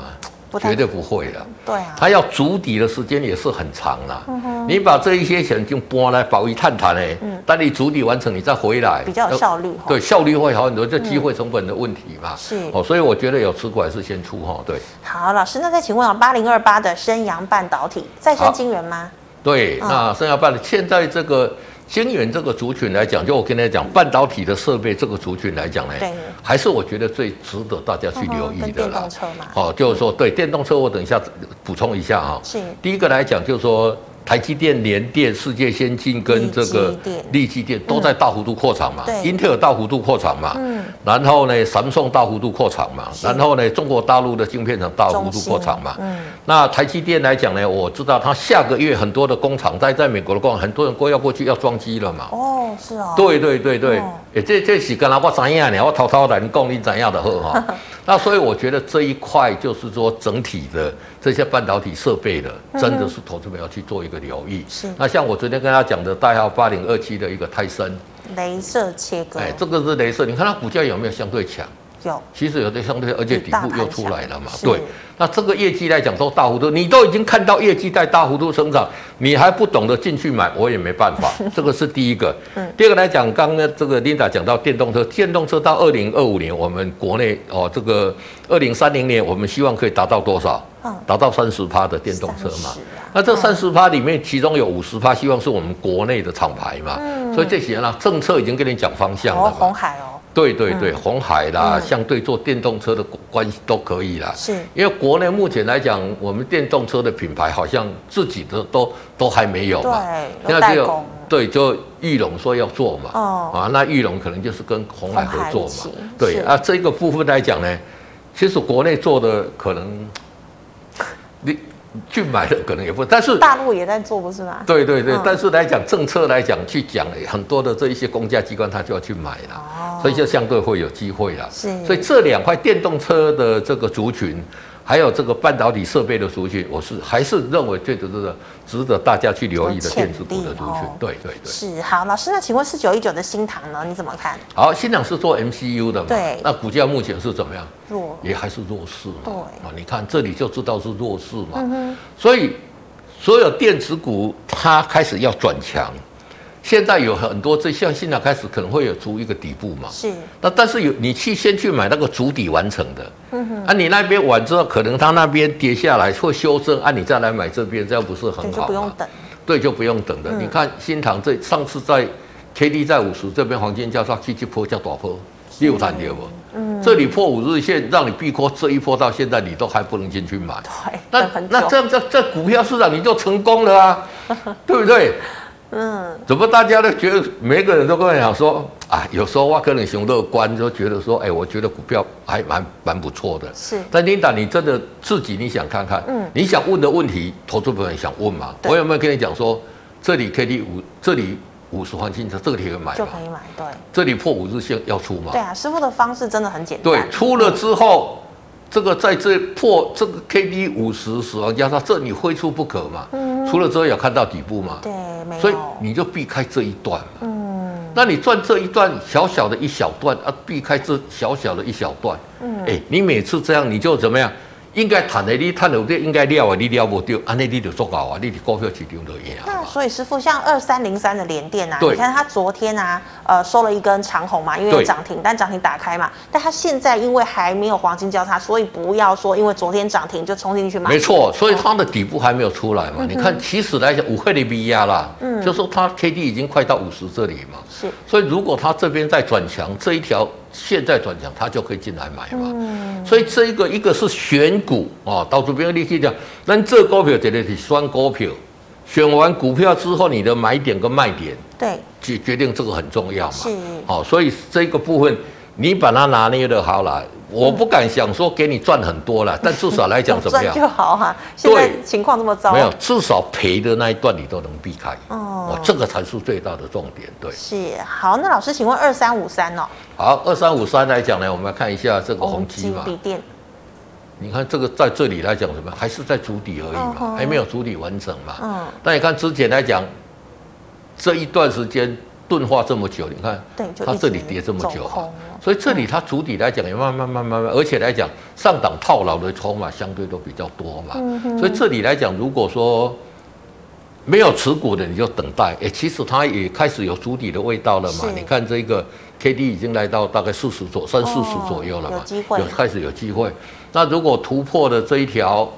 [SPEAKER 1] 不太
[SPEAKER 2] 绝对不会的，
[SPEAKER 1] 对啊，
[SPEAKER 2] 它要筑底的时间也是很长啦。
[SPEAKER 1] 嗯
[SPEAKER 2] 你把这一些钱就搬来保一探探呢，当你筑底完成，你再回来，
[SPEAKER 1] 嗯比较有效率哈
[SPEAKER 2] 呃对，效率会好很多，这机会成本的问题嘛。
[SPEAKER 1] 是
[SPEAKER 2] 哦，所以我觉得有持股还是先出哈，对。
[SPEAKER 1] 好，老师，那再请问啊，八零二八的升阳半导体再生
[SPEAKER 2] 好
[SPEAKER 1] 晶圆吗？
[SPEAKER 2] 对，
[SPEAKER 1] 嗯
[SPEAKER 2] 那剩下半现在这个晶圆这个族群来讲，就我跟大家讲，半导体的设备这个族群来讲呢
[SPEAKER 1] 对，
[SPEAKER 2] 还是我觉得最值得大家哎去
[SPEAKER 1] 嗯
[SPEAKER 2] 留
[SPEAKER 1] 哼
[SPEAKER 2] 意
[SPEAKER 1] 跟
[SPEAKER 2] 的
[SPEAKER 1] 电
[SPEAKER 2] 啦
[SPEAKER 1] 动。车嘛，
[SPEAKER 2] 哦，就是说，对电动车，我等一下补充一下哈、
[SPEAKER 1] 是
[SPEAKER 2] 第一个来讲，就是说台积电、联电、世界先进跟这个力积电都在大幅度扩产嘛，
[SPEAKER 1] 嗯对
[SPEAKER 2] 英特尔大幅度扩产嘛，
[SPEAKER 1] 嗯
[SPEAKER 2] 然后呢，三送大幅度扩产嘛，
[SPEAKER 1] 是
[SPEAKER 2] 然后呢，中国大陆的晶片厂大幅度扩产嘛，
[SPEAKER 1] 中芯嗯
[SPEAKER 2] 那台积电来讲呢，我知道它下个月很多的工厂在在美国的工厂，很多人过要过去要装机了嘛。
[SPEAKER 1] 哦，是哦，，
[SPEAKER 2] 对对对对，
[SPEAKER 1] 哦
[SPEAKER 2] 诶、这这是跟他我怎样呢？我偷偷来供你怎样的喝 哈。那所以我觉得这一块就是说整体的这些半导体设备的，真的是投资者要去做一个留意。
[SPEAKER 1] 嗯是
[SPEAKER 2] 那像我昨天跟他讲的代号八零二七的一个泰森，
[SPEAKER 1] 镭射切割
[SPEAKER 2] 哎、这个是镭射，你看它股价有没有相对强？
[SPEAKER 1] 有，
[SPEAKER 2] 其实有的相对，而且底部又出来了嘛。
[SPEAKER 1] 是
[SPEAKER 2] 对，那这个业绩来讲都大幅度，你都已经看到业绩在大幅度成长，你还不懂得进去买，我也没办 法。这个是第一个。第二个来讲，刚刚这个 Linda 讲到电动车，电动车到二零二五年，我们国内哦，这个二零三零年，我们希望可以达到多少
[SPEAKER 1] 嗯？
[SPEAKER 2] 达到三十趴的嗯电动车嘛
[SPEAKER 1] 30啊。
[SPEAKER 2] 那这三十趴里面，其中有五十趴希望是我们国内的厂牌嘛。所以这些呢，政策已经跟你讲方向了
[SPEAKER 1] 哦，
[SPEAKER 2] 嘛。
[SPEAKER 1] 红海哦，
[SPEAKER 2] 对对对，红海啦，
[SPEAKER 1] 嗯
[SPEAKER 2] 相对做电动车的关系都可以啦。
[SPEAKER 1] 是
[SPEAKER 2] 因为国内目前来讲，我们电动车的品牌好像自己的都都还没有嘛，
[SPEAKER 1] 对
[SPEAKER 2] 现在
[SPEAKER 1] 有代
[SPEAKER 2] 只有
[SPEAKER 1] 工
[SPEAKER 2] 对，就玉龙说要做嘛，
[SPEAKER 1] 哦
[SPEAKER 2] 啊，那玉龙可能就是跟红海合作
[SPEAKER 1] 红海一起
[SPEAKER 2] 嘛，对
[SPEAKER 1] 是
[SPEAKER 2] 啊，这个部分来讲呢，其实国内做的可能你去买的可能也不，但是
[SPEAKER 1] 大陆也在做，不是吗？
[SPEAKER 2] 对对对，
[SPEAKER 1] 嗯
[SPEAKER 2] 但是来讲政策来讲去讲，很多的这一些公家机关他就要去买了，所以就相对会有机会了。
[SPEAKER 1] 哦是
[SPEAKER 2] 所以这两块电动车的这个族群，还有这个半导体设备的族群，我是还是认为最值得值得大家去留意的电子股的族
[SPEAKER 1] 有潜
[SPEAKER 2] 群
[SPEAKER 1] 力哦。
[SPEAKER 2] 对对对。
[SPEAKER 1] 是好，老师，那请问四九一九的新塘呢？你怎么看？
[SPEAKER 2] 好，新朗是做 MCU 的嘛？
[SPEAKER 1] 对
[SPEAKER 2] 那股价目前是怎么样？
[SPEAKER 1] 弱，
[SPEAKER 2] 也还是弱势嘛。
[SPEAKER 1] 对嗯
[SPEAKER 2] 啊，你看这里就知道是弱势嘛。所以所有电子股它开始要转强，现在有很多这像现在开始可能会有足一个底部嘛。
[SPEAKER 1] 是
[SPEAKER 2] 那但是有你去先去买那个主底完成的，
[SPEAKER 1] 嗯
[SPEAKER 2] 啊，你那边完之后，可能它那边跌下来或修正，啊，你再来买这边，这样不是很
[SPEAKER 1] 对，就
[SPEAKER 2] 好
[SPEAKER 1] 不用
[SPEAKER 2] 吗？
[SPEAKER 1] 等，
[SPEAKER 2] 对，就不用等
[SPEAKER 1] 嗯
[SPEAKER 2] 的。你看新塘这上次在 K D 在五十这边黄金交叉去去破叫打破，六弹跌不？嗯，这里破五日线让你避过这一波，到现在你都还不能进去买，
[SPEAKER 1] 对，
[SPEAKER 2] 那
[SPEAKER 1] 等很
[SPEAKER 2] 那这
[SPEAKER 1] 久，
[SPEAKER 2] 样在在股票市场你就成功 了啊，对不对？
[SPEAKER 1] 嗯，
[SPEAKER 2] 怎么大家都觉得每个人都跟我讲说啊，有时候我可能熊乐观，就觉得说，哎，我觉得股票还蛮蛮不错的。
[SPEAKER 1] 是
[SPEAKER 2] 但琳达，你真的自己你想看看，
[SPEAKER 1] 嗯
[SPEAKER 2] 你想问的问题，投资朋友想问吗？
[SPEAKER 1] 对
[SPEAKER 2] 我有没有跟你讲说，这里 K D 五，这里五十黄金，这里可以买
[SPEAKER 1] 就
[SPEAKER 2] 吗？
[SPEAKER 1] 可以买，对，
[SPEAKER 2] 这里破五日线要出吗
[SPEAKER 1] 对？啊，师傅的方式真的很简单，
[SPEAKER 2] 对，出了之后，这个在这破这个 K D 五十死亡加上这你非出不可嘛。
[SPEAKER 1] 嗯
[SPEAKER 2] 出了之后有看到底部嘛？
[SPEAKER 1] 对，没有，
[SPEAKER 2] 所以你就避开这一段嘛。
[SPEAKER 1] 嗯，
[SPEAKER 2] 那你赚这一段小小的一小段啊，避开这小小的一小段，嗯，哎、你每次这样你就怎么样？应该谈的你谈的对，应该料啊，你料不对，安尼你就做搞啊，你的股票市场就赢
[SPEAKER 1] 那
[SPEAKER 2] 啊。
[SPEAKER 1] 所以师傅，像二三零三的联电啊，
[SPEAKER 2] 对
[SPEAKER 1] 你看它昨天啊，呃，收了一根长红嘛，因为有
[SPEAKER 2] 对
[SPEAKER 1] 涨停，但涨停打开嘛，但它现在因为还没有黄金交叉，所以不要说因为昨天涨停就冲进去买
[SPEAKER 2] 没，错，所以它的底部还没有出来嘛。你看，其实来讲，五黑的比压啦，嗯，就说它 K D 已经快到五十这里嘛，
[SPEAKER 1] 是
[SPEAKER 2] 所以如果它这边在转强，这一条现在转强，它就可以进来买嘛。
[SPEAKER 1] 嗯
[SPEAKER 2] 所以这一哦个一个是选股啊，到这边你去讲，咱这股票绝对是选股票，选完股票之后，你的买点跟卖点
[SPEAKER 1] 对，
[SPEAKER 2] 决决定这个很重要嘛。
[SPEAKER 1] 是
[SPEAKER 2] 好、所以这个部分你把它拿捏的好了，我不敢想说给你赚很多了，但至少来讲
[SPEAKER 1] 有
[SPEAKER 2] 怎 么
[SPEAKER 1] 赚
[SPEAKER 2] 样？
[SPEAKER 1] 就好哈、现在
[SPEAKER 2] 对
[SPEAKER 1] 情况这么糟，
[SPEAKER 2] 没有，至少赔的那一段你都能避开。
[SPEAKER 1] 哦
[SPEAKER 2] 哦，这个才是最大的重点。对，
[SPEAKER 1] 是好，那老师，请问二三五三哦，
[SPEAKER 2] 好，二三五三来讲呢，我们来看一下这个红基嘛。
[SPEAKER 1] 笔电，
[SPEAKER 2] 你看这个在这里来讲什么？还是在主底而已
[SPEAKER 1] 嗯
[SPEAKER 2] 嘛，
[SPEAKER 1] 哼
[SPEAKER 2] 还没有主底完整嘛。
[SPEAKER 1] 嗯，
[SPEAKER 2] 那你看之前来讲，这一段时间钝化这么久，你看
[SPEAKER 1] 对，就
[SPEAKER 2] 它
[SPEAKER 1] 一
[SPEAKER 2] 这里
[SPEAKER 1] 直
[SPEAKER 2] 跌这么
[SPEAKER 1] 走
[SPEAKER 2] 久啊
[SPEAKER 1] 空哦，
[SPEAKER 2] 所以这里它主底来讲也慢慢慢慢慢，而且来讲上档套牢的筹码相对都比较多嘛，
[SPEAKER 1] 嗯哼
[SPEAKER 2] 所以这里来讲，如果说没有持股的你就等待，哎、其实它也开始有主底的味道了嘛
[SPEAKER 1] 是，
[SPEAKER 2] 你看这个 K D 已经来到大概四十左三四十
[SPEAKER 1] 哦
[SPEAKER 2] 左右了嘛，
[SPEAKER 1] 有机会
[SPEAKER 2] 开始有机会，那如果突破了这一条。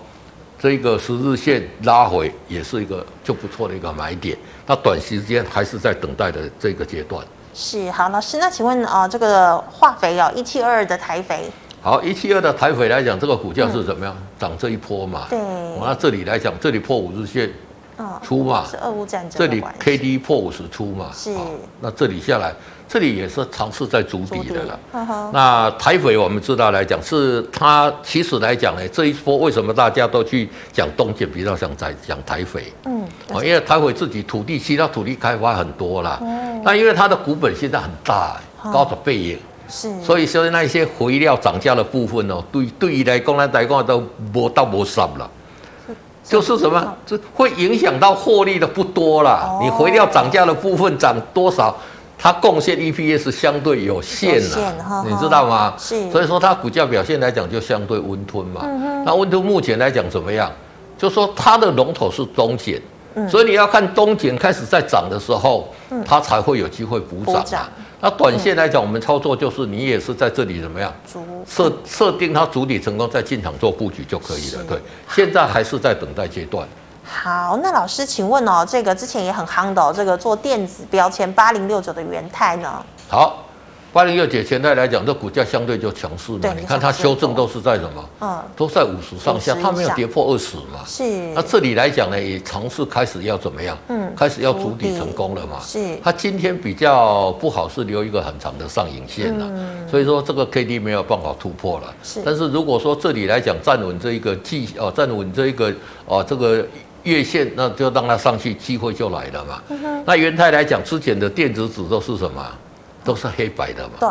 [SPEAKER 2] 这个十日线拉回也是一个就不错的一个买点，那短时间还是在等待的这个阶段。
[SPEAKER 1] 是好，老师，那请问啊、呃这个化肥哦，一七二二的台肥，
[SPEAKER 2] 好，一七二的台肥来讲，这个股价是怎么样？涨这一波嘛。
[SPEAKER 1] 嗯对
[SPEAKER 2] 哦那这里来讲，这里破五日线
[SPEAKER 1] 嗯，
[SPEAKER 2] 出嘛，
[SPEAKER 1] 是俄乌战争
[SPEAKER 2] 这
[SPEAKER 1] 的
[SPEAKER 2] 里
[SPEAKER 1] 关系
[SPEAKER 2] K D 破五十出嘛。
[SPEAKER 1] 是
[SPEAKER 2] 哦那这里下来，这里也是尝试在筑底的了。
[SPEAKER 1] 嗯哼，
[SPEAKER 2] 那台肥我们知道来讲，是它其实来讲呢，这一波为什么大家都去讲东建，比较想在讲台肥？
[SPEAKER 1] 嗯，
[SPEAKER 2] 哦，因为台会自己土地其他土地开发很多啦，那因为它的股本现在很大，高的背影，
[SPEAKER 1] 是，
[SPEAKER 2] 所
[SPEAKER 1] 以
[SPEAKER 2] 以说那一些肥料涨价的部分哦，对对于来讲，咱来讲都无到无少了。就是什么，这会影响到获利的不多啦。
[SPEAKER 1] 哦
[SPEAKER 2] 你肥料涨价的部分涨多少，它贡献 EPS 相对有限啊
[SPEAKER 1] 有限哈哈
[SPEAKER 2] 啦，你知道吗？
[SPEAKER 1] 是
[SPEAKER 2] 所以说它股价表现来讲就相对温吞嘛。那温吞目前来讲怎么样？就说它的龙头是中碱，所以你要看中碱开始在涨的时候，它才会有机会补涨
[SPEAKER 1] 补涨
[SPEAKER 2] 啊。那短线来讲，我们操作就是你也是在这里怎么样？
[SPEAKER 1] 足
[SPEAKER 2] 设设定它主体成功再进场做布局就可以
[SPEAKER 1] 是
[SPEAKER 2] 了。对，现在还是在等待阶段。
[SPEAKER 1] 好，那老师，请问哦，这个之前也很夯的哦，这个做电子标签八零六九的元泰呢，
[SPEAKER 2] 好，八零六解前代来讲，这股价相对就强势嘛
[SPEAKER 1] 对。
[SPEAKER 2] 你看它修正都是在什么？
[SPEAKER 1] 嗯，
[SPEAKER 2] 都在五十上下
[SPEAKER 1] 50，以
[SPEAKER 2] 它没有
[SPEAKER 1] 上
[SPEAKER 2] 跌破二十嘛。
[SPEAKER 1] 是
[SPEAKER 2] 那，啊这里来讲呢，也尝试开始要怎么样？
[SPEAKER 1] 嗯
[SPEAKER 2] 开始要
[SPEAKER 1] 筑
[SPEAKER 2] 筑底
[SPEAKER 1] 底
[SPEAKER 2] 成功了嘛。
[SPEAKER 1] 是
[SPEAKER 2] 它今天比较不好是留一个很长的上影线了、所以说这个 K D 没有办法突破了。
[SPEAKER 1] 嗯是
[SPEAKER 2] 但是如果说这里来讲站稳这一个季哦，站稳这一个哦这个月线，那就让它上去，机会就来了嘛。
[SPEAKER 1] 嗯
[SPEAKER 2] 那元泰来讲，之前的电子指都是什么？都是黑白的嘛。
[SPEAKER 1] 对，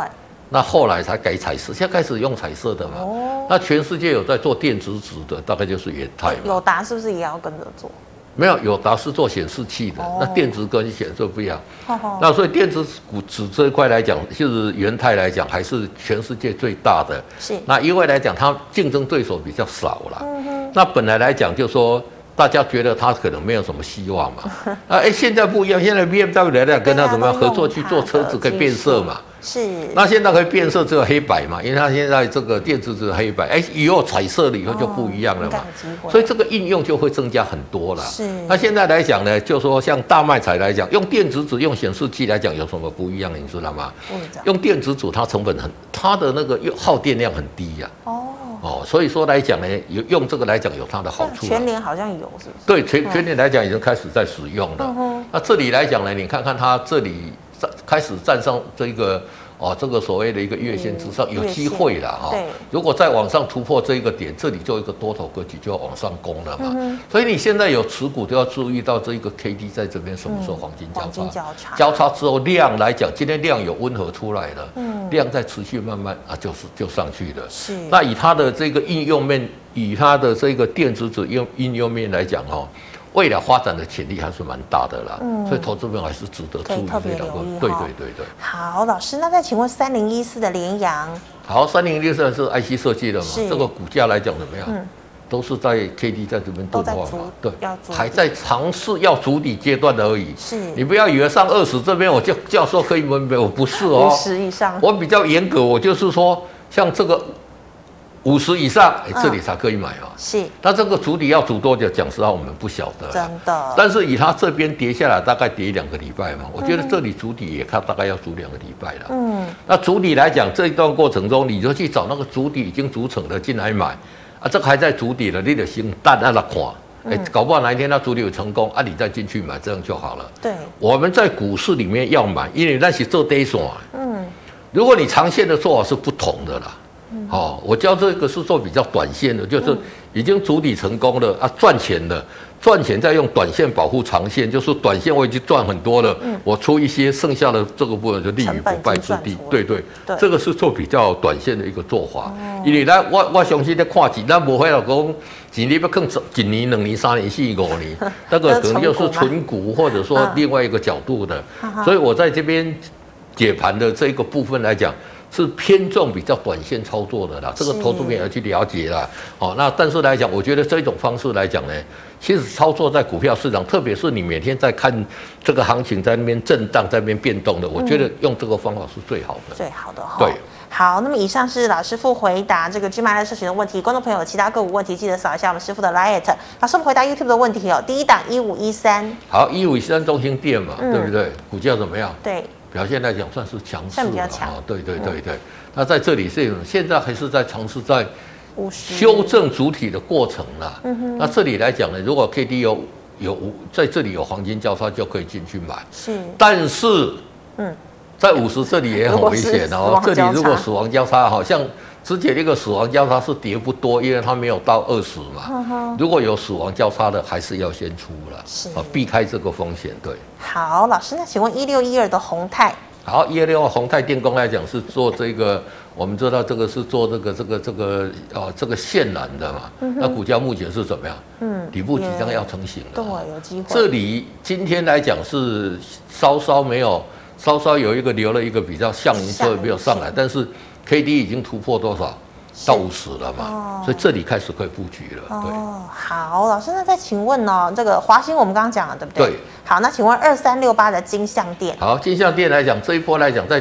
[SPEAKER 2] 那后来才改彩色，现在开始用彩色的嘛。
[SPEAKER 1] 哦
[SPEAKER 2] 那全世界有在做电子纸的，大概就是元泰嘛。
[SPEAKER 1] 友达是不是也要跟着做？
[SPEAKER 2] 没有，友达是做显示器的，
[SPEAKER 1] 哦
[SPEAKER 2] 那电子跟显示不一样。
[SPEAKER 1] 哈哈，
[SPEAKER 2] 那所以电子股指这一块来讲，就是元泰来讲，还是全世界最大的。
[SPEAKER 1] 是，
[SPEAKER 2] 那因为来讲，它竞争对手比较少啦。
[SPEAKER 1] 嗯哼，
[SPEAKER 2] 那本来来讲，就说大家觉得它可能没有什么希望 嘛。啊，哎，现在不一样，现在 BMW 来讲跟它怎么样
[SPEAKER 1] 对啊
[SPEAKER 2] 合作去做车子可以变色嘛？
[SPEAKER 1] 啊是，
[SPEAKER 2] 那现在可以变色只有黑白嘛，因为它现在这个电子只有黑白，哎，以后彩色了以后就不一样了
[SPEAKER 1] 哦。应该
[SPEAKER 2] 嘛
[SPEAKER 1] 有机会
[SPEAKER 2] 所以这个应用就会增加很多啦。
[SPEAKER 1] 是
[SPEAKER 2] 那现在来讲呢，就说像大卖彩来讲，用电子纸、用显示器来讲有什么不一样？你知道吗？
[SPEAKER 1] 我也这样
[SPEAKER 2] 用电子纸它成本很，它的那个用耗电量很低呀、
[SPEAKER 1] 哦，
[SPEAKER 2] 哦，所以说来讲呢，有用这个来讲有它的好
[SPEAKER 1] 但
[SPEAKER 2] 处、啊
[SPEAKER 1] 全嗯联好像有，是不是？
[SPEAKER 2] 对啊全全年来讲已经开始在使用
[SPEAKER 1] 嗯
[SPEAKER 2] 了。那这里来讲呢，你看看它这里站开始站上这个哦，这个所谓的一个月线之上，
[SPEAKER 1] 嗯
[SPEAKER 2] 有机会了哈、
[SPEAKER 1] 月线对
[SPEAKER 2] 如果再往上突破这一个点，这里就一个多头格局就要往上攻
[SPEAKER 1] 嗯
[SPEAKER 2] 了嘛。所以你现在有持股都要注意到这一个 K D 在这边什么时候黄金
[SPEAKER 1] 嗯
[SPEAKER 2] 交
[SPEAKER 1] 黄
[SPEAKER 2] 叉。
[SPEAKER 1] 金交叉
[SPEAKER 2] 交叉之后量来讲，今天量有温和出来了，量在持续慢慢啊，就是就上去了。
[SPEAKER 1] 嗯是，
[SPEAKER 2] 那以它的这个应用面，以它的这个电子纸应应用面来讲哦，未来发展的潜力还是蛮大的啦。所以投资朋友还是值得
[SPEAKER 1] 可以
[SPEAKER 2] 注意
[SPEAKER 1] 嗯特别
[SPEAKER 2] 这两
[SPEAKER 1] 留意
[SPEAKER 2] 个。对
[SPEAKER 1] 哈
[SPEAKER 2] 对对对。
[SPEAKER 1] 好，老师，那再请问三零一四的联阳
[SPEAKER 2] 好，三零六三是 IC 设计的嘛
[SPEAKER 1] 是？
[SPEAKER 2] 这个股价来讲怎么样？
[SPEAKER 1] 嗯
[SPEAKER 2] 都是在 K D 在这边
[SPEAKER 1] 都
[SPEAKER 2] 钝
[SPEAKER 1] 在
[SPEAKER 2] 化
[SPEAKER 1] 筑
[SPEAKER 2] 嘛，对
[SPEAKER 1] 要筑，底
[SPEAKER 2] 还在尝试要筑底阶段而已。
[SPEAKER 1] 是
[SPEAKER 2] 你不要以为上二十这边我就教授可以分别，我不是哦
[SPEAKER 1] 五。十以上，
[SPEAKER 2] 我比较严格，我就是说，像这个五十以上，哎
[SPEAKER 1] 嗯
[SPEAKER 2] 这里才可以买嘛。
[SPEAKER 1] 是
[SPEAKER 2] 那这个主体要主多久？讲实话，我们不晓得啦。
[SPEAKER 1] 真的，
[SPEAKER 2] 但是以它这边跌下来，大概跌两个礼拜嘛，我觉得这里主体也看大概要主两个礼拜了。
[SPEAKER 1] 嗯，
[SPEAKER 2] 那主体来讲，这一段过程中，你就去找那个主体已经组成的进来买，啊，这个还在主体的，你得先淡淡的看。哎，搞不好哪一天它主力有成功啊，你再进去买，这样就好了。
[SPEAKER 1] 对，
[SPEAKER 2] 我们在股市里面要买，因为那些做 day 啊，
[SPEAKER 1] 嗯，
[SPEAKER 2] 如果你长线的做法是不同的啦。好、我教这个是做比较短线的，
[SPEAKER 1] 嗯
[SPEAKER 2] 就是已经主理成功了啊，赚钱了，赚钱再用短线保护长线，就是短线我已经赚很多了，我出一些，剩下的这个部分就立于不败之
[SPEAKER 1] 嗯成本已经赚
[SPEAKER 2] 地
[SPEAKER 1] 出来。
[SPEAKER 2] 对对，
[SPEAKER 1] 对哦
[SPEAKER 2] 这个是做比较短线的一个做法。因为咱我我相信在看几，咱不会了讲几年要更几年、两年、三年、四年、五 年，那个可能就是
[SPEAKER 1] 啊
[SPEAKER 2] 纯股或者说
[SPEAKER 1] 嗯
[SPEAKER 2] 另外一个角度的
[SPEAKER 1] 嗯哼。
[SPEAKER 2] 所以我在这边解盘的这个部分来讲，是偏重比较短线操作的啦，这个
[SPEAKER 1] 是
[SPEAKER 2] 投资面要去了解啦。哦，那但是来讲，我觉得这种方式来讲呢，其实操作在股票市场，特别是你每天在看这个行情在那边震荡、在那边变动的，我
[SPEAKER 1] 嗯
[SPEAKER 2] 觉得用这个方法是最好的。
[SPEAKER 1] 最好的哈。
[SPEAKER 2] 对。
[SPEAKER 1] 好，那么以上是老师傅回答这个芝麻的社群的问题，观众朋友有其他个股问题记得扫一下我们师傅的 liet。老师，我们回答 YouTube 的问题哦，第一档一五一三，
[SPEAKER 2] 好，一五三中心店嘛，
[SPEAKER 1] 嗯
[SPEAKER 2] 对不对？股价怎么样？
[SPEAKER 1] 对，
[SPEAKER 2] 表现来讲算是强势
[SPEAKER 1] 算比较
[SPEAKER 2] 了
[SPEAKER 1] 强
[SPEAKER 2] 啊，对对对对。那在这里是有现在还是在尝试在
[SPEAKER 1] 五十
[SPEAKER 2] 修，正主体的过程啦。
[SPEAKER 1] 嗯哼
[SPEAKER 2] 那这里来讲呢，如果 K D 有有在这里有黄金交叉，就可以进去买。
[SPEAKER 1] 是
[SPEAKER 2] 但是，
[SPEAKER 1] 嗯
[SPEAKER 2] 嗯，在五十这里也很危险
[SPEAKER 1] 如果
[SPEAKER 2] 哦。
[SPEAKER 1] 是
[SPEAKER 2] 这
[SPEAKER 1] 死亡交叉
[SPEAKER 2] 里如果死亡交叉，好像之前那个死亡交叉是跌不多，因为它没有到二十
[SPEAKER 1] 嗯哼
[SPEAKER 2] 嘛。如果有死亡交叉的，还是要先出了
[SPEAKER 1] 是，
[SPEAKER 2] 啊，避开这个风险。对，
[SPEAKER 1] 好，老师，那请问一六一二的宏泰，
[SPEAKER 2] 好，一六宏泰电工来讲是做这个，我们知道这个是做这个这个这个啊这个线缆的嘛。那股价目前是怎么样？
[SPEAKER 1] 嗯
[SPEAKER 2] 底部即将
[SPEAKER 1] 也
[SPEAKER 2] 要成型了
[SPEAKER 1] 对
[SPEAKER 2] 啊。，
[SPEAKER 1] 有机会，
[SPEAKER 2] 这里今天来讲是稍稍没有，稍稍有一个留了一个比较向云
[SPEAKER 1] 向
[SPEAKER 2] 车
[SPEAKER 1] 云
[SPEAKER 2] 没有上来，但是 K D 已经突破多少？到五十了
[SPEAKER 1] 哦
[SPEAKER 2] 嘛，所以这里开始可以布局了。对，
[SPEAKER 1] 哦，好，老师，那再请问哦，这个华兴我们刚刚讲了，对不对？
[SPEAKER 2] 对。
[SPEAKER 1] 好，那请问二三六八的金项店，
[SPEAKER 2] 好，金像店来讲，这一波来讲，在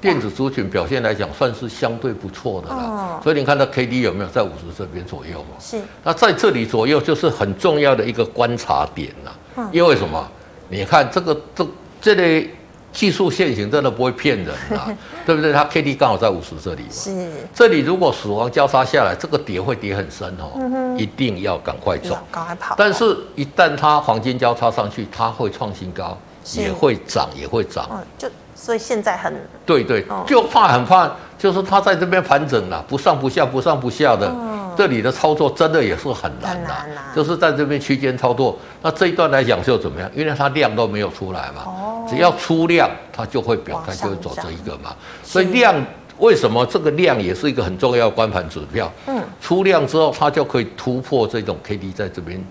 [SPEAKER 2] 电子族群表现来讲，算是相对不错的啦
[SPEAKER 1] 哦。
[SPEAKER 2] 所以你看到 K D 有没有在五十这边左右嘛？
[SPEAKER 1] 是
[SPEAKER 2] 那在这里左右就是很重要的一个观察点了、
[SPEAKER 1] 嗯
[SPEAKER 2] 因为什么？你看这个这这类技术线型真的不会骗人 啊，对不对？它 K D 刚好在五十这里嘛，
[SPEAKER 1] 是，
[SPEAKER 2] 这里如果死亡交叉下来，这个跌会跌很深哦，
[SPEAKER 1] 嗯
[SPEAKER 2] 一定要赶快走
[SPEAKER 1] 要。哦赶快跑。
[SPEAKER 2] 但，是，一旦它黄金交叉上去，它会创新高，
[SPEAKER 1] 是
[SPEAKER 2] 也会涨，也会涨。
[SPEAKER 1] 嗯，就所以现在很
[SPEAKER 2] 对对
[SPEAKER 1] 哦，
[SPEAKER 2] 就怕很怕，就是它在这边盘整了，不上不下，不上不下的
[SPEAKER 1] 哦，
[SPEAKER 2] 这里的操作真的也是很难的
[SPEAKER 1] 很难啊，
[SPEAKER 2] 就是在这边区间操作。那这一段来讲就怎么样？因为它量都没有出来
[SPEAKER 1] 哦
[SPEAKER 2] 嘛，只要出量，它就会表态，
[SPEAKER 1] 往
[SPEAKER 2] 就
[SPEAKER 1] 上
[SPEAKER 2] 会走
[SPEAKER 1] 涨
[SPEAKER 2] 这一个嘛。所以
[SPEAKER 1] 是
[SPEAKER 2] 量为什么这个量也是一个很重要的关盘指标？
[SPEAKER 1] 嗯，
[SPEAKER 2] 出量之后，它就可以突破这种 K D 在这边。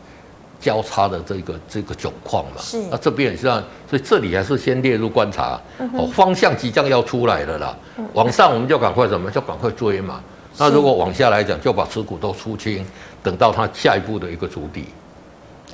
[SPEAKER 2] 交叉的这个这个窘况嘛，
[SPEAKER 1] 是
[SPEAKER 2] 那这边也是这样，所以这里还是先列入观察，哦，方向即将要出来了啦，往上我们就赶快怎么，就赶快追嘛。那如果往下来讲，就把持股都出清，等到它下一步的一个主底。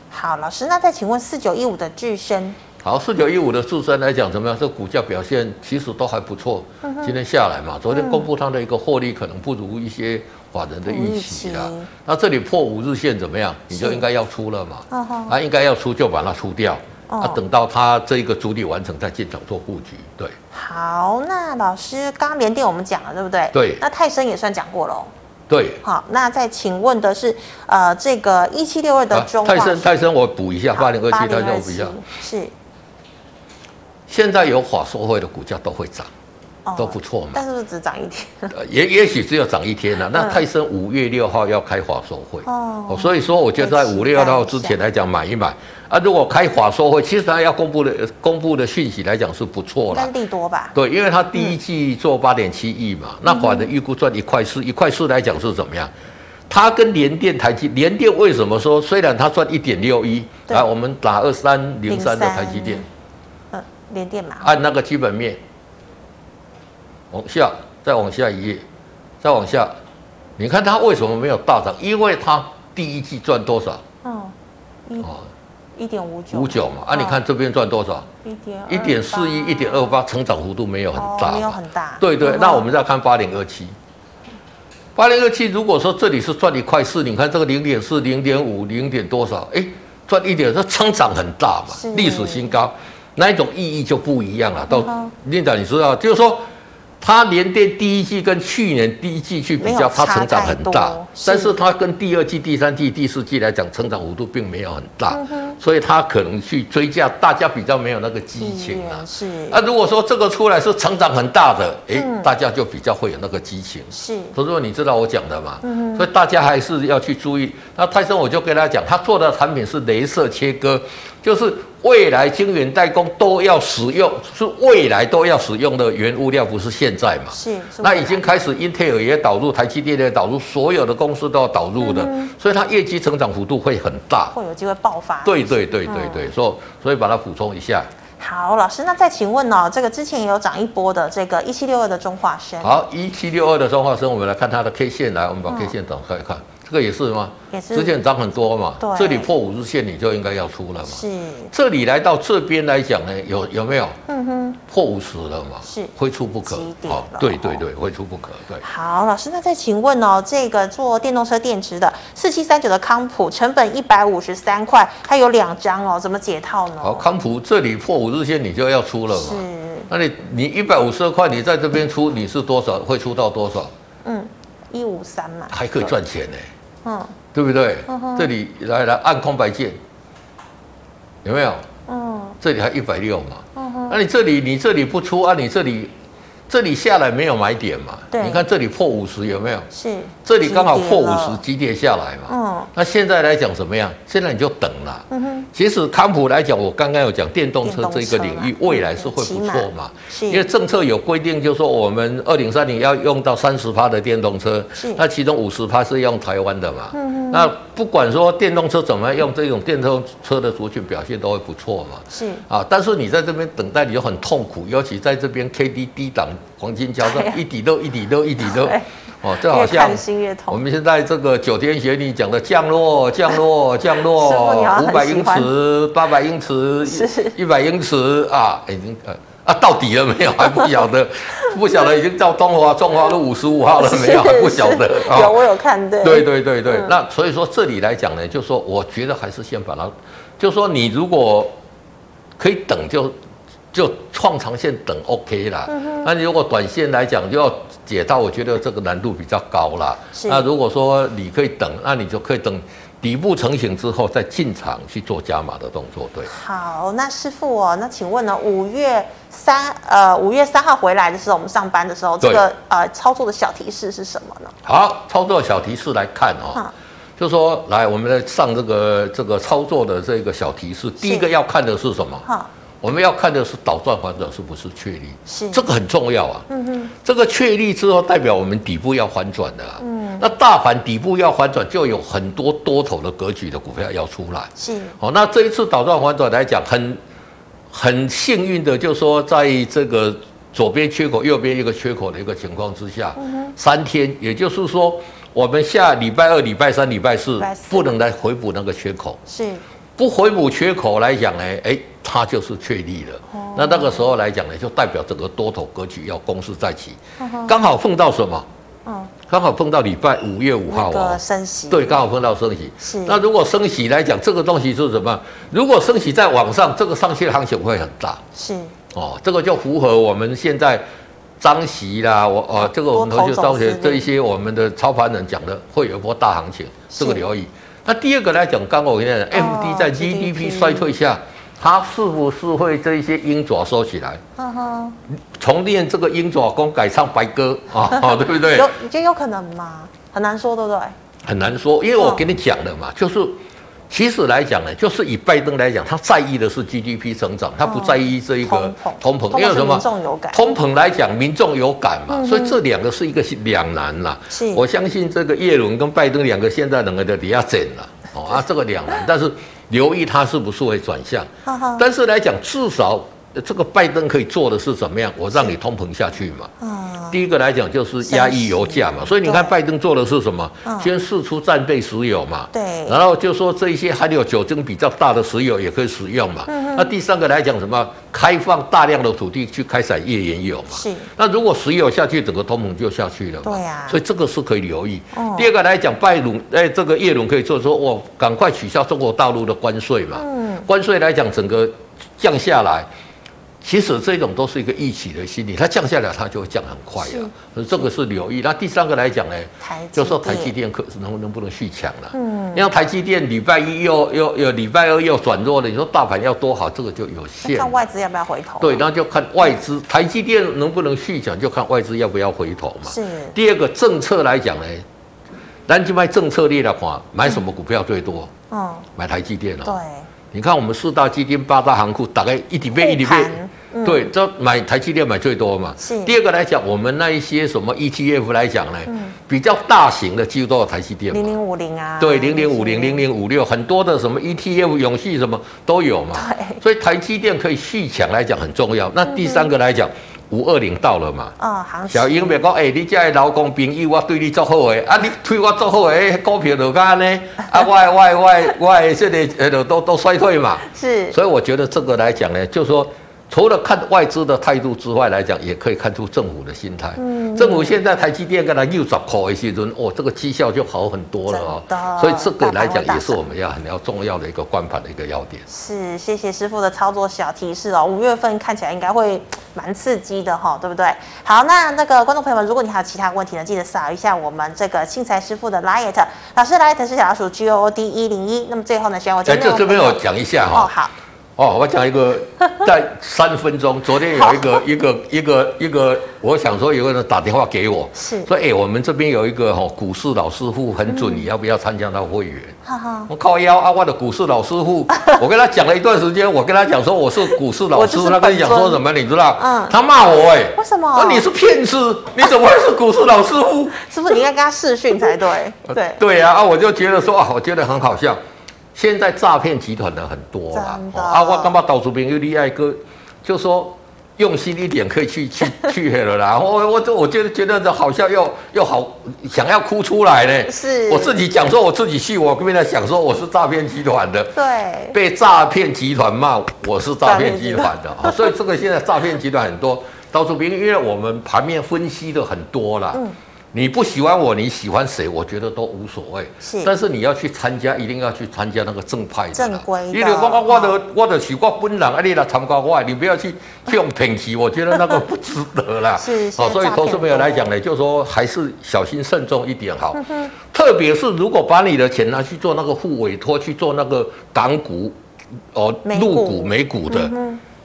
[SPEAKER 1] 好。老师，那再请问四九一五的巨升，
[SPEAKER 2] 好，四九一五的自身来讲怎么样？这股价表现其实都还不错，今天下来嘛，昨天公布它的一个获利可能不如一些法人的预期啦
[SPEAKER 1] 不如预期。
[SPEAKER 2] 那这里破五日线怎么样？你就应该要出了嘛。
[SPEAKER 1] 嗯哼
[SPEAKER 2] 啊，应该要出就把它出掉，
[SPEAKER 1] 哦
[SPEAKER 2] 啊，等到它这一个主力完成再进场做布局。对，
[SPEAKER 1] 好，那老师刚刚联电我们讲了，对不对？
[SPEAKER 2] 对
[SPEAKER 1] 那泰森也算讲过喽。
[SPEAKER 2] 对。
[SPEAKER 1] 好，那再请问的是，呃，这个一七六二的中化
[SPEAKER 2] 啊泰森，泰森，我补一下，八零二七，泰森我补一
[SPEAKER 1] 比
[SPEAKER 2] 下
[SPEAKER 1] 较。是
[SPEAKER 2] 现在有法收会的股价都会涨，
[SPEAKER 1] 哦
[SPEAKER 2] 都不错嘛
[SPEAKER 1] 但是不是只涨一天？
[SPEAKER 2] 呃也也许只有涨一天了、啊那
[SPEAKER 1] 嗯
[SPEAKER 2] 泰森五月六号要开法收会，
[SPEAKER 1] 哦
[SPEAKER 2] 哦，所以说我觉得在五六号之前来讲买一买啊。如果开法收会，其实它要公布的公布的讯息来讲是不错
[SPEAKER 1] 应该
[SPEAKER 2] 啦。
[SPEAKER 1] 利多吧？
[SPEAKER 2] 对，因为它第
[SPEAKER 1] 嗯
[SPEAKER 2] 一季做八点七亿嘛，那法人预估赚一块四，一块四来讲是怎么样？它跟联电、台积联电为什么说虽然它赚一点六一，
[SPEAKER 1] 对
[SPEAKER 2] 来我们打二三零三的台积电，
[SPEAKER 1] 嗯，联电嘛，
[SPEAKER 2] 按那个基本面，往下再往下一页，再往下，你看它为什么没有大涨？因为它第一季赚多少？
[SPEAKER 1] 嗯，一
[SPEAKER 2] 哦，
[SPEAKER 1] 一点五九，嗯
[SPEAKER 2] 五九嘛。啊，你看这边赚多少？
[SPEAKER 1] 一点
[SPEAKER 2] 一点四一，一点二八，成长幅度没有很大
[SPEAKER 1] 哦，没有
[SPEAKER 2] 嘛。
[SPEAKER 1] 很大。
[SPEAKER 2] 对对
[SPEAKER 1] 嗯，
[SPEAKER 2] 那我们再看八零二七。八零二七，如果说这里是赚一块四，你看这个零点四、零点五、零点多少？哎，赚一点，这成长很大
[SPEAKER 1] 是
[SPEAKER 2] 嘛，历史新高，那一种意义就不一样了。到
[SPEAKER 1] 嗯哼
[SPEAKER 2] 领导，你知道，就是说它联电第一季跟去年第一季去比
[SPEAKER 1] 没有
[SPEAKER 2] 较，它
[SPEAKER 1] 差
[SPEAKER 2] 成长
[SPEAKER 1] 太
[SPEAKER 2] 很
[SPEAKER 1] 多
[SPEAKER 2] 大，
[SPEAKER 1] 是
[SPEAKER 2] 但是它跟第二季、第三季、第四季来讲，成长幅度并没有很大，
[SPEAKER 1] 嗯
[SPEAKER 2] 所以它可能去追价，大家比较没有那个激情啊。
[SPEAKER 1] 是
[SPEAKER 2] 那、如果说这个出来是成长很大的，诶，大家就比较会有那个激情。
[SPEAKER 1] 是
[SPEAKER 2] 所以说你知道我讲的嘛，所以大家还是要去注意。那泰森我就跟他讲，他做的产品是镭射切割，就是未来晶圆代工都要使用，是未来都要使用的原物料，不是现在嘛？
[SPEAKER 1] 是，是
[SPEAKER 2] 那
[SPEAKER 1] 未
[SPEAKER 2] 已
[SPEAKER 1] 来
[SPEAKER 2] 经开始，英特尔也导入，台积电也导入，所有的公司都要导入的，所以它业绩成长幅度会很大。
[SPEAKER 1] 会有机会爆发。
[SPEAKER 2] 对对对对对，所以所以把它补充一下。
[SPEAKER 1] 好，老师，那再请问哦，这个之前也有涨一波的这个一七六二的中化生，
[SPEAKER 2] 好，一七六二的中化生，我们来看它的 K 线来，我们把 K 线展开看，这个也是吗？
[SPEAKER 1] 也嗯是
[SPEAKER 2] 之前涨很多嘛，
[SPEAKER 1] 对
[SPEAKER 2] 这里破五日线你就应该要出了嘛。
[SPEAKER 1] 是
[SPEAKER 2] 这里来到这边来讲呢，有有没有？嗯
[SPEAKER 1] 哼，
[SPEAKER 2] 破五十了嘛，
[SPEAKER 1] 是
[SPEAKER 2] 非出不可
[SPEAKER 1] 极。点了
[SPEAKER 2] 对对对，非出不可。对，
[SPEAKER 1] 好，老师，那再请问哦，这个做电动车电池的四七三九的康普，成本一百五十三块，它有两张哦，怎么解套呢？
[SPEAKER 2] 好，啊康普这里破五日线你就要出了嘛。
[SPEAKER 1] 是
[SPEAKER 2] 那你你一百五十二块，你在这边出，你是多少？会出到多少？
[SPEAKER 1] 嗯，一五三嘛，
[SPEAKER 2] 还可以赚钱呢、
[SPEAKER 1] 嗯
[SPEAKER 2] 对不对？这里来来按空白键，有没有？
[SPEAKER 1] 嗯，
[SPEAKER 2] 这里还一百六嘛，那、你这里你这里不出啊，你这里这里下来没有买点嘛？
[SPEAKER 1] 对
[SPEAKER 2] 你看这里破五十有没有？
[SPEAKER 1] 是
[SPEAKER 2] 这里刚好
[SPEAKER 1] 急
[SPEAKER 2] 破
[SPEAKER 1] 跌
[SPEAKER 2] 五
[SPEAKER 1] 了
[SPEAKER 2] 十，急跌下来嘛。
[SPEAKER 1] 嗯
[SPEAKER 2] 那现在来讲怎么样？现在你就等啦。
[SPEAKER 1] 嗯哼，
[SPEAKER 2] 其实康普来讲，我刚刚有讲电动车
[SPEAKER 1] 电动
[SPEAKER 2] 这
[SPEAKER 1] 车
[SPEAKER 2] 个
[SPEAKER 1] 嘛
[SPEAKER 2] 领域未来是会
[SPEAKER 1] 骑
[SPEAKER 2] 不
[SPEAKER 1] 马
[SPEAKER 2] 错嘛，
[SPEAKER 1] 是
[SPEAKER 2] 因为政策有规定，就是说我们二零三零要用到三十趴的电动车
[SPEAKER 1] 是，嗯
[SPEAKER 2] 那其中五十趴是用台湾的嘛。那不管说电动车怎么样用，这种电动车的族群表现都会不错嘛。
[SPEAKER 1] 是
[SPEAKER 2] 啊，但是你在这边等待，你就很痛苦，尤其在这边 K D 低档黄金交叉
[SPEAKER 1] 对啊
[SPEAKER 2] 一底都一底都一底都
[SPEAKER 1] 对，
[SPEAKER 2] 哦，这好
[SPEAKER 1] 越
[SPEAKER 2] 像
[SPEAKER 1] 看心越
[SPEAKER 2] 我
[SPEAKER 1] 痛，
[SPEAKER 2] 们现在这个九天玄女讲的降落、降落、降
[SPEAKER 1] 师傅你
[SPEAKER 2] 落
[SPEAKER 1] 好，
[SPEAKER 2] 五
[SPEAKER 1] 像
[SPEAKER 2] 百
[SPEAKER 1] 很喜
[SPEAKER 2] 英
[SPEAKER 1] 欢
[SPEAKER 2] 尺、八百英尺、一百英尺啊，已经呃啊到底了没有？还不晓得，不晓得已经到东华中华路五十五号了没有？还不晓 得
[SPEAKER 1] 是
[SPEAKER 2] 啊哦
[SPEAKER 1] 是有我有看，对嗯
[SPEAKER 2] 对对对对，那所以说这里来讲呢，就说我觉得还是先把它，就说你如果可以等就就创长线等 OK 啦。
[SPEAKER 1] 嗯
[SPEAKER 2] 那你如果短线来讲就要解套，我觉得这个难度比较高啦
[SPEAKER 1] 是。
[SPEAKER 2] 那如果说你可以等，那你就可以等底部成型之后再进场去做加码的动作，对。
[SPEAKER 1] 好，那师傅哦，那请问呢？五月三呃，五月三号回来的时候，我们上班的时候，这
[SPEAKER 2] 对
[SPEAKER 1] 个呃操作的小提示是什么呢？
[SPEAKER 2] 好，操作小提示来看哦，
[SPEAKER 1] 好
[SPEAKER 2] 就说来我们来上这个这个操作的这个小提示，第一个要看的是什么？
[SPEAKER 1] 哈，
[SPEAKER 2] 我们要看的是倒转反转是不是确立，
[SPEAKER 1] 是
[SPEAKER 2] 这个很重要啊。
[SPEAKER 1] 嗯哼，
[SPEAKER 2] 这个确立之后，代表我们底部要反转的、啊。嗯，那大盘底部要反转，就有很多多头的格局的股票要出来。
[SPEAKER 1] 是
[SPEAKER 2] 好、那这一次倒转反转来讲，很很幸运的，就说在这个左边缺口、右边一个缺口的一个情况之下，
[SPEAKER 1] 嗯
[SPEAKER 2] 三天，也就是说，我们下礼拜二、礼拜三、礼拜四
[SPEAKER 1] 礼拜四
[SPEAKER 2] 不能来回补那个缺口。
[SPEAKER 1] 是
[SPEAKER 2] 不回补缺口来讲呢，哎，它就是确立了。
[SPEAKER 1] 哦
[SPEAKER 2] 那那个时候来讲呢，就代表整个多头格局要攻势再起，
[SPEAKER 1] 哦
[SPEAKER 2] 刚好碰到什么？
[SPEAKER 1] 嗯，
[SPEAKER 2] 刚好碰到礼拜五月五号
[SPEAKER 1] 那
[SPEAKER 2] 哦
[SPEAKER 1] 个，升息，
[SPEAKER 2] 对，刚好碰到升息
[SPEAKER 1] 是。
[SPEAKER 2] 那如果升息来讲，这个东西是什么？如果升息在往上，这个上去的行情会很大
[SPEAKER 1] 是
[SPEAKER 2] 哦，这个就符合我们现在张席啦，我呃，这个我们同学
[SPEAKER 1] 多头
[SPEAKER 2] 张
[SPEAKER 1] 总司
[SPEAKER 2] 学
[SPEAKER 1] 令
[SPEAKER 2] 这一些我们的操盘人讲的，会有一波大行情，
[SPEAKER 1] 是
[SPEAKER 2] 这个留意。那第二个来讲，刚刚我跟你讲
[SPEAKER 1] 哦
[SPEAKER 2] ，M D 在 G D
[SPEAKER 1] GDP
[SPEAKER 2] P 衰退下，它是不是会这一些鹰爪收起来，
[SPEAKER 1] 哈哈，
[SPEAKER 2] 重练这个鹰爪功，改唱白鸽 啊、哦，对不对？
[SPEAKER 1] 有你觉得有可能吗？很难说，对不对？
[SPEAKER 2] 很难说，因为我跟你讲了嘛，
[SPEAKER 1] 嗯
[SPEAKER 2] 就是其实来讲呢，就是以拜登来讲，他在意的是 GDP 成长，他不在意这一个
[SPEAKER 1] 通膨通
[SPEAKER 2] 通
[SPEAKER 1] 膨
[SPEAKER 2] 膨，因为什
[SPEAKER 1] 是民
[SPEAKER 2] 么
[SPEAKER 1] 众有感？
[SPEAKER 2] 通膨来讲，民众有感嘛，所以这两个是一个两难啦
[SPEAKER 1] 是。
[SPEAKER 2] 我相信这个耶伦跟拜登两个现在两个的底下整了，哦啊，这个两难，但是留意它是不是会转向。
[SPEAKER 1] 哈哈，
[SPEAKER 2] 但是来讲，至少呃这个拜登可以做的是怎么样？我让你通膨下去嘛。
[SPEAKER 1] 嗯，
[SPEAKER 2] 第一个来讲就是压抑油价嘛，所以你看
[SPEAKER 1] 对
[SPEAKER 2] 拜登做的是什么
[SPEAKER 1] 嗯？
[SPEAKER 2] 先试出战备石油嘛，
[SPEAKER 1] 对
[SPEAKER 2] 然后就说这一些含有酒精比较大的石油也可以使用嘛。
[SPEAKER 1] 嗯
[SPEAKER 2] 那第三个来讲什么？开放大量的土地去开采页岩油嘛。
[SPEAKER 1] 是
[SPEAKER 2] 那如果石油下去，整个通膨就下去了嘛。
[SPEAKER 1] 对啊
[SPEAKER 2] 所以这个是可以留意。
[SPEAKER 1] 哦
[SPEAKER 2] 第二个来讲，拜伦哎，这个耶伦可以做说，我赶
[SPEAKER 1] 嗯
[SPEAKER 2] 快取消中国大陆的关税嘛。关税来讲，整个降下来。其实这种都是一个预期的心理，它降下来它就会降很快呀、所以这个是留意。那第三个来讲呢，
[SPEAKER 1] 台积电
[SPEAKER 2] 就说台积电可能能不能续强了？嗯，因为台积电礼拜一又又又礼拜二又转弱了，你说大盘要多好，这个就有
[SPEAKER 1] 那
[SPEAKER 2] 限。
[SPEAKER 1] 看外资要不要回头？
[SPEAKER 2] 对，，那就看外资，台积电能不能续强，就看外资要不要回头嘛。
[SPEAKER 1] 是
[SPEAKER 2] 第二个政策来讲呢，咱就卖政策力的话，买什么股票最多？
[SPEAKER 1] 嗯，
[SPEAKER 2] 买台积电了、哦
[SPEAKER 1] 对，
[SPEAKER 2] 你看我们四大基金、八大行库，大概一底背一底
[SPEAKER 1] 护
[SPEAKER 2] 背
[SPEAKER 1] 盘，嗯
[SPEAKER 2] 对，这买台积电买最多嘛。
[SPEAKER 1] 是
[SPEAKER 2] 第二个来讲，我们那一些什么 ETF 来讲呢，比较大型的几乎都有台积电
[SPEAKER 1] 嗯零
[SPEAKER 2] 嘛。
[SPEAKER 1] 零五零啊，
[SPEAKER 2] 对，零零五零、
[SPEAKER 1] 那些
[SPEAKER 2] 零零五六，很多的什么 ETF、永续什么都有嘛。
[SPEAKER 1] 对
[SPEAKER 2] 所以台积电可以续强来讲很重要。那第三个来讲，五二零到了嘛。
[SPEAKER 1] 嗯，行情
[SPEAKER 2] 小英咪讲，诶、你这老公朋友，我对你足好诶，啊，你推我足好诶，股票就安尼，啊，我的我的我的我的这个呃，就都都衰退嘛。
[SPEAKER 1] 是
[SPEAKER 2] 所以我觉得这个来讲呢，就是说，除了看外资的态度之外来讲，也可以看出政府的心态。
[SPEAKER 1] 嗯
[SPEAKER 2] 政府现在台积电跟他又找口一些人，哦，这个绩效就好很多了
[SPEAKER 1] 真的
[SPEAKER 2] 哦。所以这个来讲
[SPEAKER 1] 大盘会大涨
[SPEAKER 2] 也是我们要很要重要的一个观盘的一个要点。
[SPEAKER 1] 是，谢谢师傅的操作小提示哦。五月份看起来应该会蛮刺激的哈、对不对？好，那那个观众朋友们，如果你还有其他问题呢，记得扫一下我们这个庆财师傅的 liet，老师 liet 是小老鼠 G O O D 一零一。那么最后呢，喜欢我
[SPEAKER 2] 哎、
[SPEAKER 1] 今天
[SPEAKER 2] 这这边
[SPEAKER 1] 有
[SPEAKER 2] 我讲一下
[SPEAKER 1] 哦，
[SPEAKER 2] 哈、
[SPEAKER 1] 好，
[SPEAKER 2] 哦，我讲 一个，在三分钟。昨天有一个一个一个一个，我想说有个人打电话给我，
[SPEAKER 1] 是嗯
[SPEAKER 2] 说哎、我们这边有一个哈、哦、股市老师傅很准，你要不要参加他会员？
[SPEAKER 1] 哈哈，
[SPEAKER 2] 我靠腰啊，我的股市老师 傅，我跟他讲了一段时间，我跟他讲说我是股市老师
[SPEAKER 1] 我就
[SPEAKER 2] 傅，
[SPEAKER 1] 是
[SPEAKER 2] 他跟你讲
[SPEAKER 1] 本
[SPEAKER 2] 说
[SPEAKER 1] 尊
[SPEAKER 2] 什么，你知道？
[SPEAKER 1] 嗯
[SPEAKER 2] 他骂我哎、
[SPEAKER 1] 为什么
[SPEAKER 2] 啊，你是骗子，你怎么会是股市老师傅？
[SPEAKER 1] 师傅你应该跟他试训才 对， 对，
[SPEAKER 2] 对呀、啊，我就觉得说啊，我觉得很好笑。现在诈骗集团的很多啦
[SPEAKER 1] 真，的
[SPEAKER 2] 哦啊，我干嘛岛主朋友厉害哥，就说用心一点，可以去 去去黑了啦。我我这我觉得觉得这好笑又又好，想要哭出来呢。
[SPEAKER 1] 是
[SPEAKER 2] 我自己讲说我自己去，我跟人家讲说我是诈骗集团的。
[SPEAKER 1] 对，
[SPEAKER 2] 被诈骗集团骂我是诈骗集团的，哦所以这个现在诈骗集团很多，到处别人因为我们盘面分析的很多啦。
[SPEAKER 1] 嗯
[SPEAKER 2] 你不喜欢我，你喜欢谁，我觉得都无所谓。
[SPEAKER 1] 是
[SPEAKER 2] 但是你要去参加，一定要去参加那个正派的啦
[SPEAKER 1] 正规的
[SPEAKER 2] 你如果我我的我的许过本人啊，你来参加我的，你不要去去用骗去，我觉得那个不值得啦。
[SPEAKER 1] 是是
[SPEAKER 2] 哦，所以投资朋友来
[SPEAKER 1] 诈骗
[SPEAKER 2] 讲呢，就说还是小心慎重一点
[SPEAKER 1] 嗯
[SPEAKER 2] 好。特别是如果把你的钱拿去做那个互委托，去做那个港股、哦
[SPEAKER 1] 美股嗯
[SPEAKER 2] 陆股、美股的，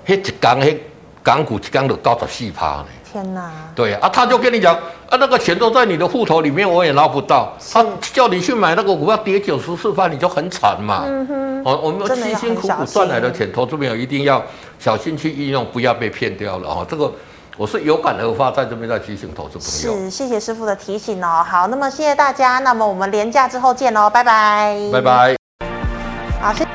[SPEAKER 2] 那一港那港股一港就高十四趴呢。
[SPEAKER 1] 天哪，
[SPEAKER 2] 对啊，他就跟你讲啊，那个钱都在你的户头里面，我也拿不到。他叫你去买那个股票跌九十四趴，你就很惨嘛。嗯哼，哦，我们
[SPEAKER 1] 真的
[SPEAKER 2] 辛
[SPEAKER 1] 要
[SPEAKER 2] 辛
[SPEAKER 1] 很
[SPEAKER 2] 苦
[SPEAKER 1] 小
[SPEAKER 2] 苦
[SPEAKER 1] 心
[SPEAKER 2] 赚来的钱，投资朋友一定要小心去运用，不要被骗掉了哦。这个我是有感而发，在这边在提醒投资朋友。
[SPEAKER 1] 是，谢谢师傅的提醒哦。好，那哦么谢谢大家，那么我们连假之后见喽，拜拜，
[SPEAKER 2] 拜。拜。
[SPEAKER 1] 好，谢。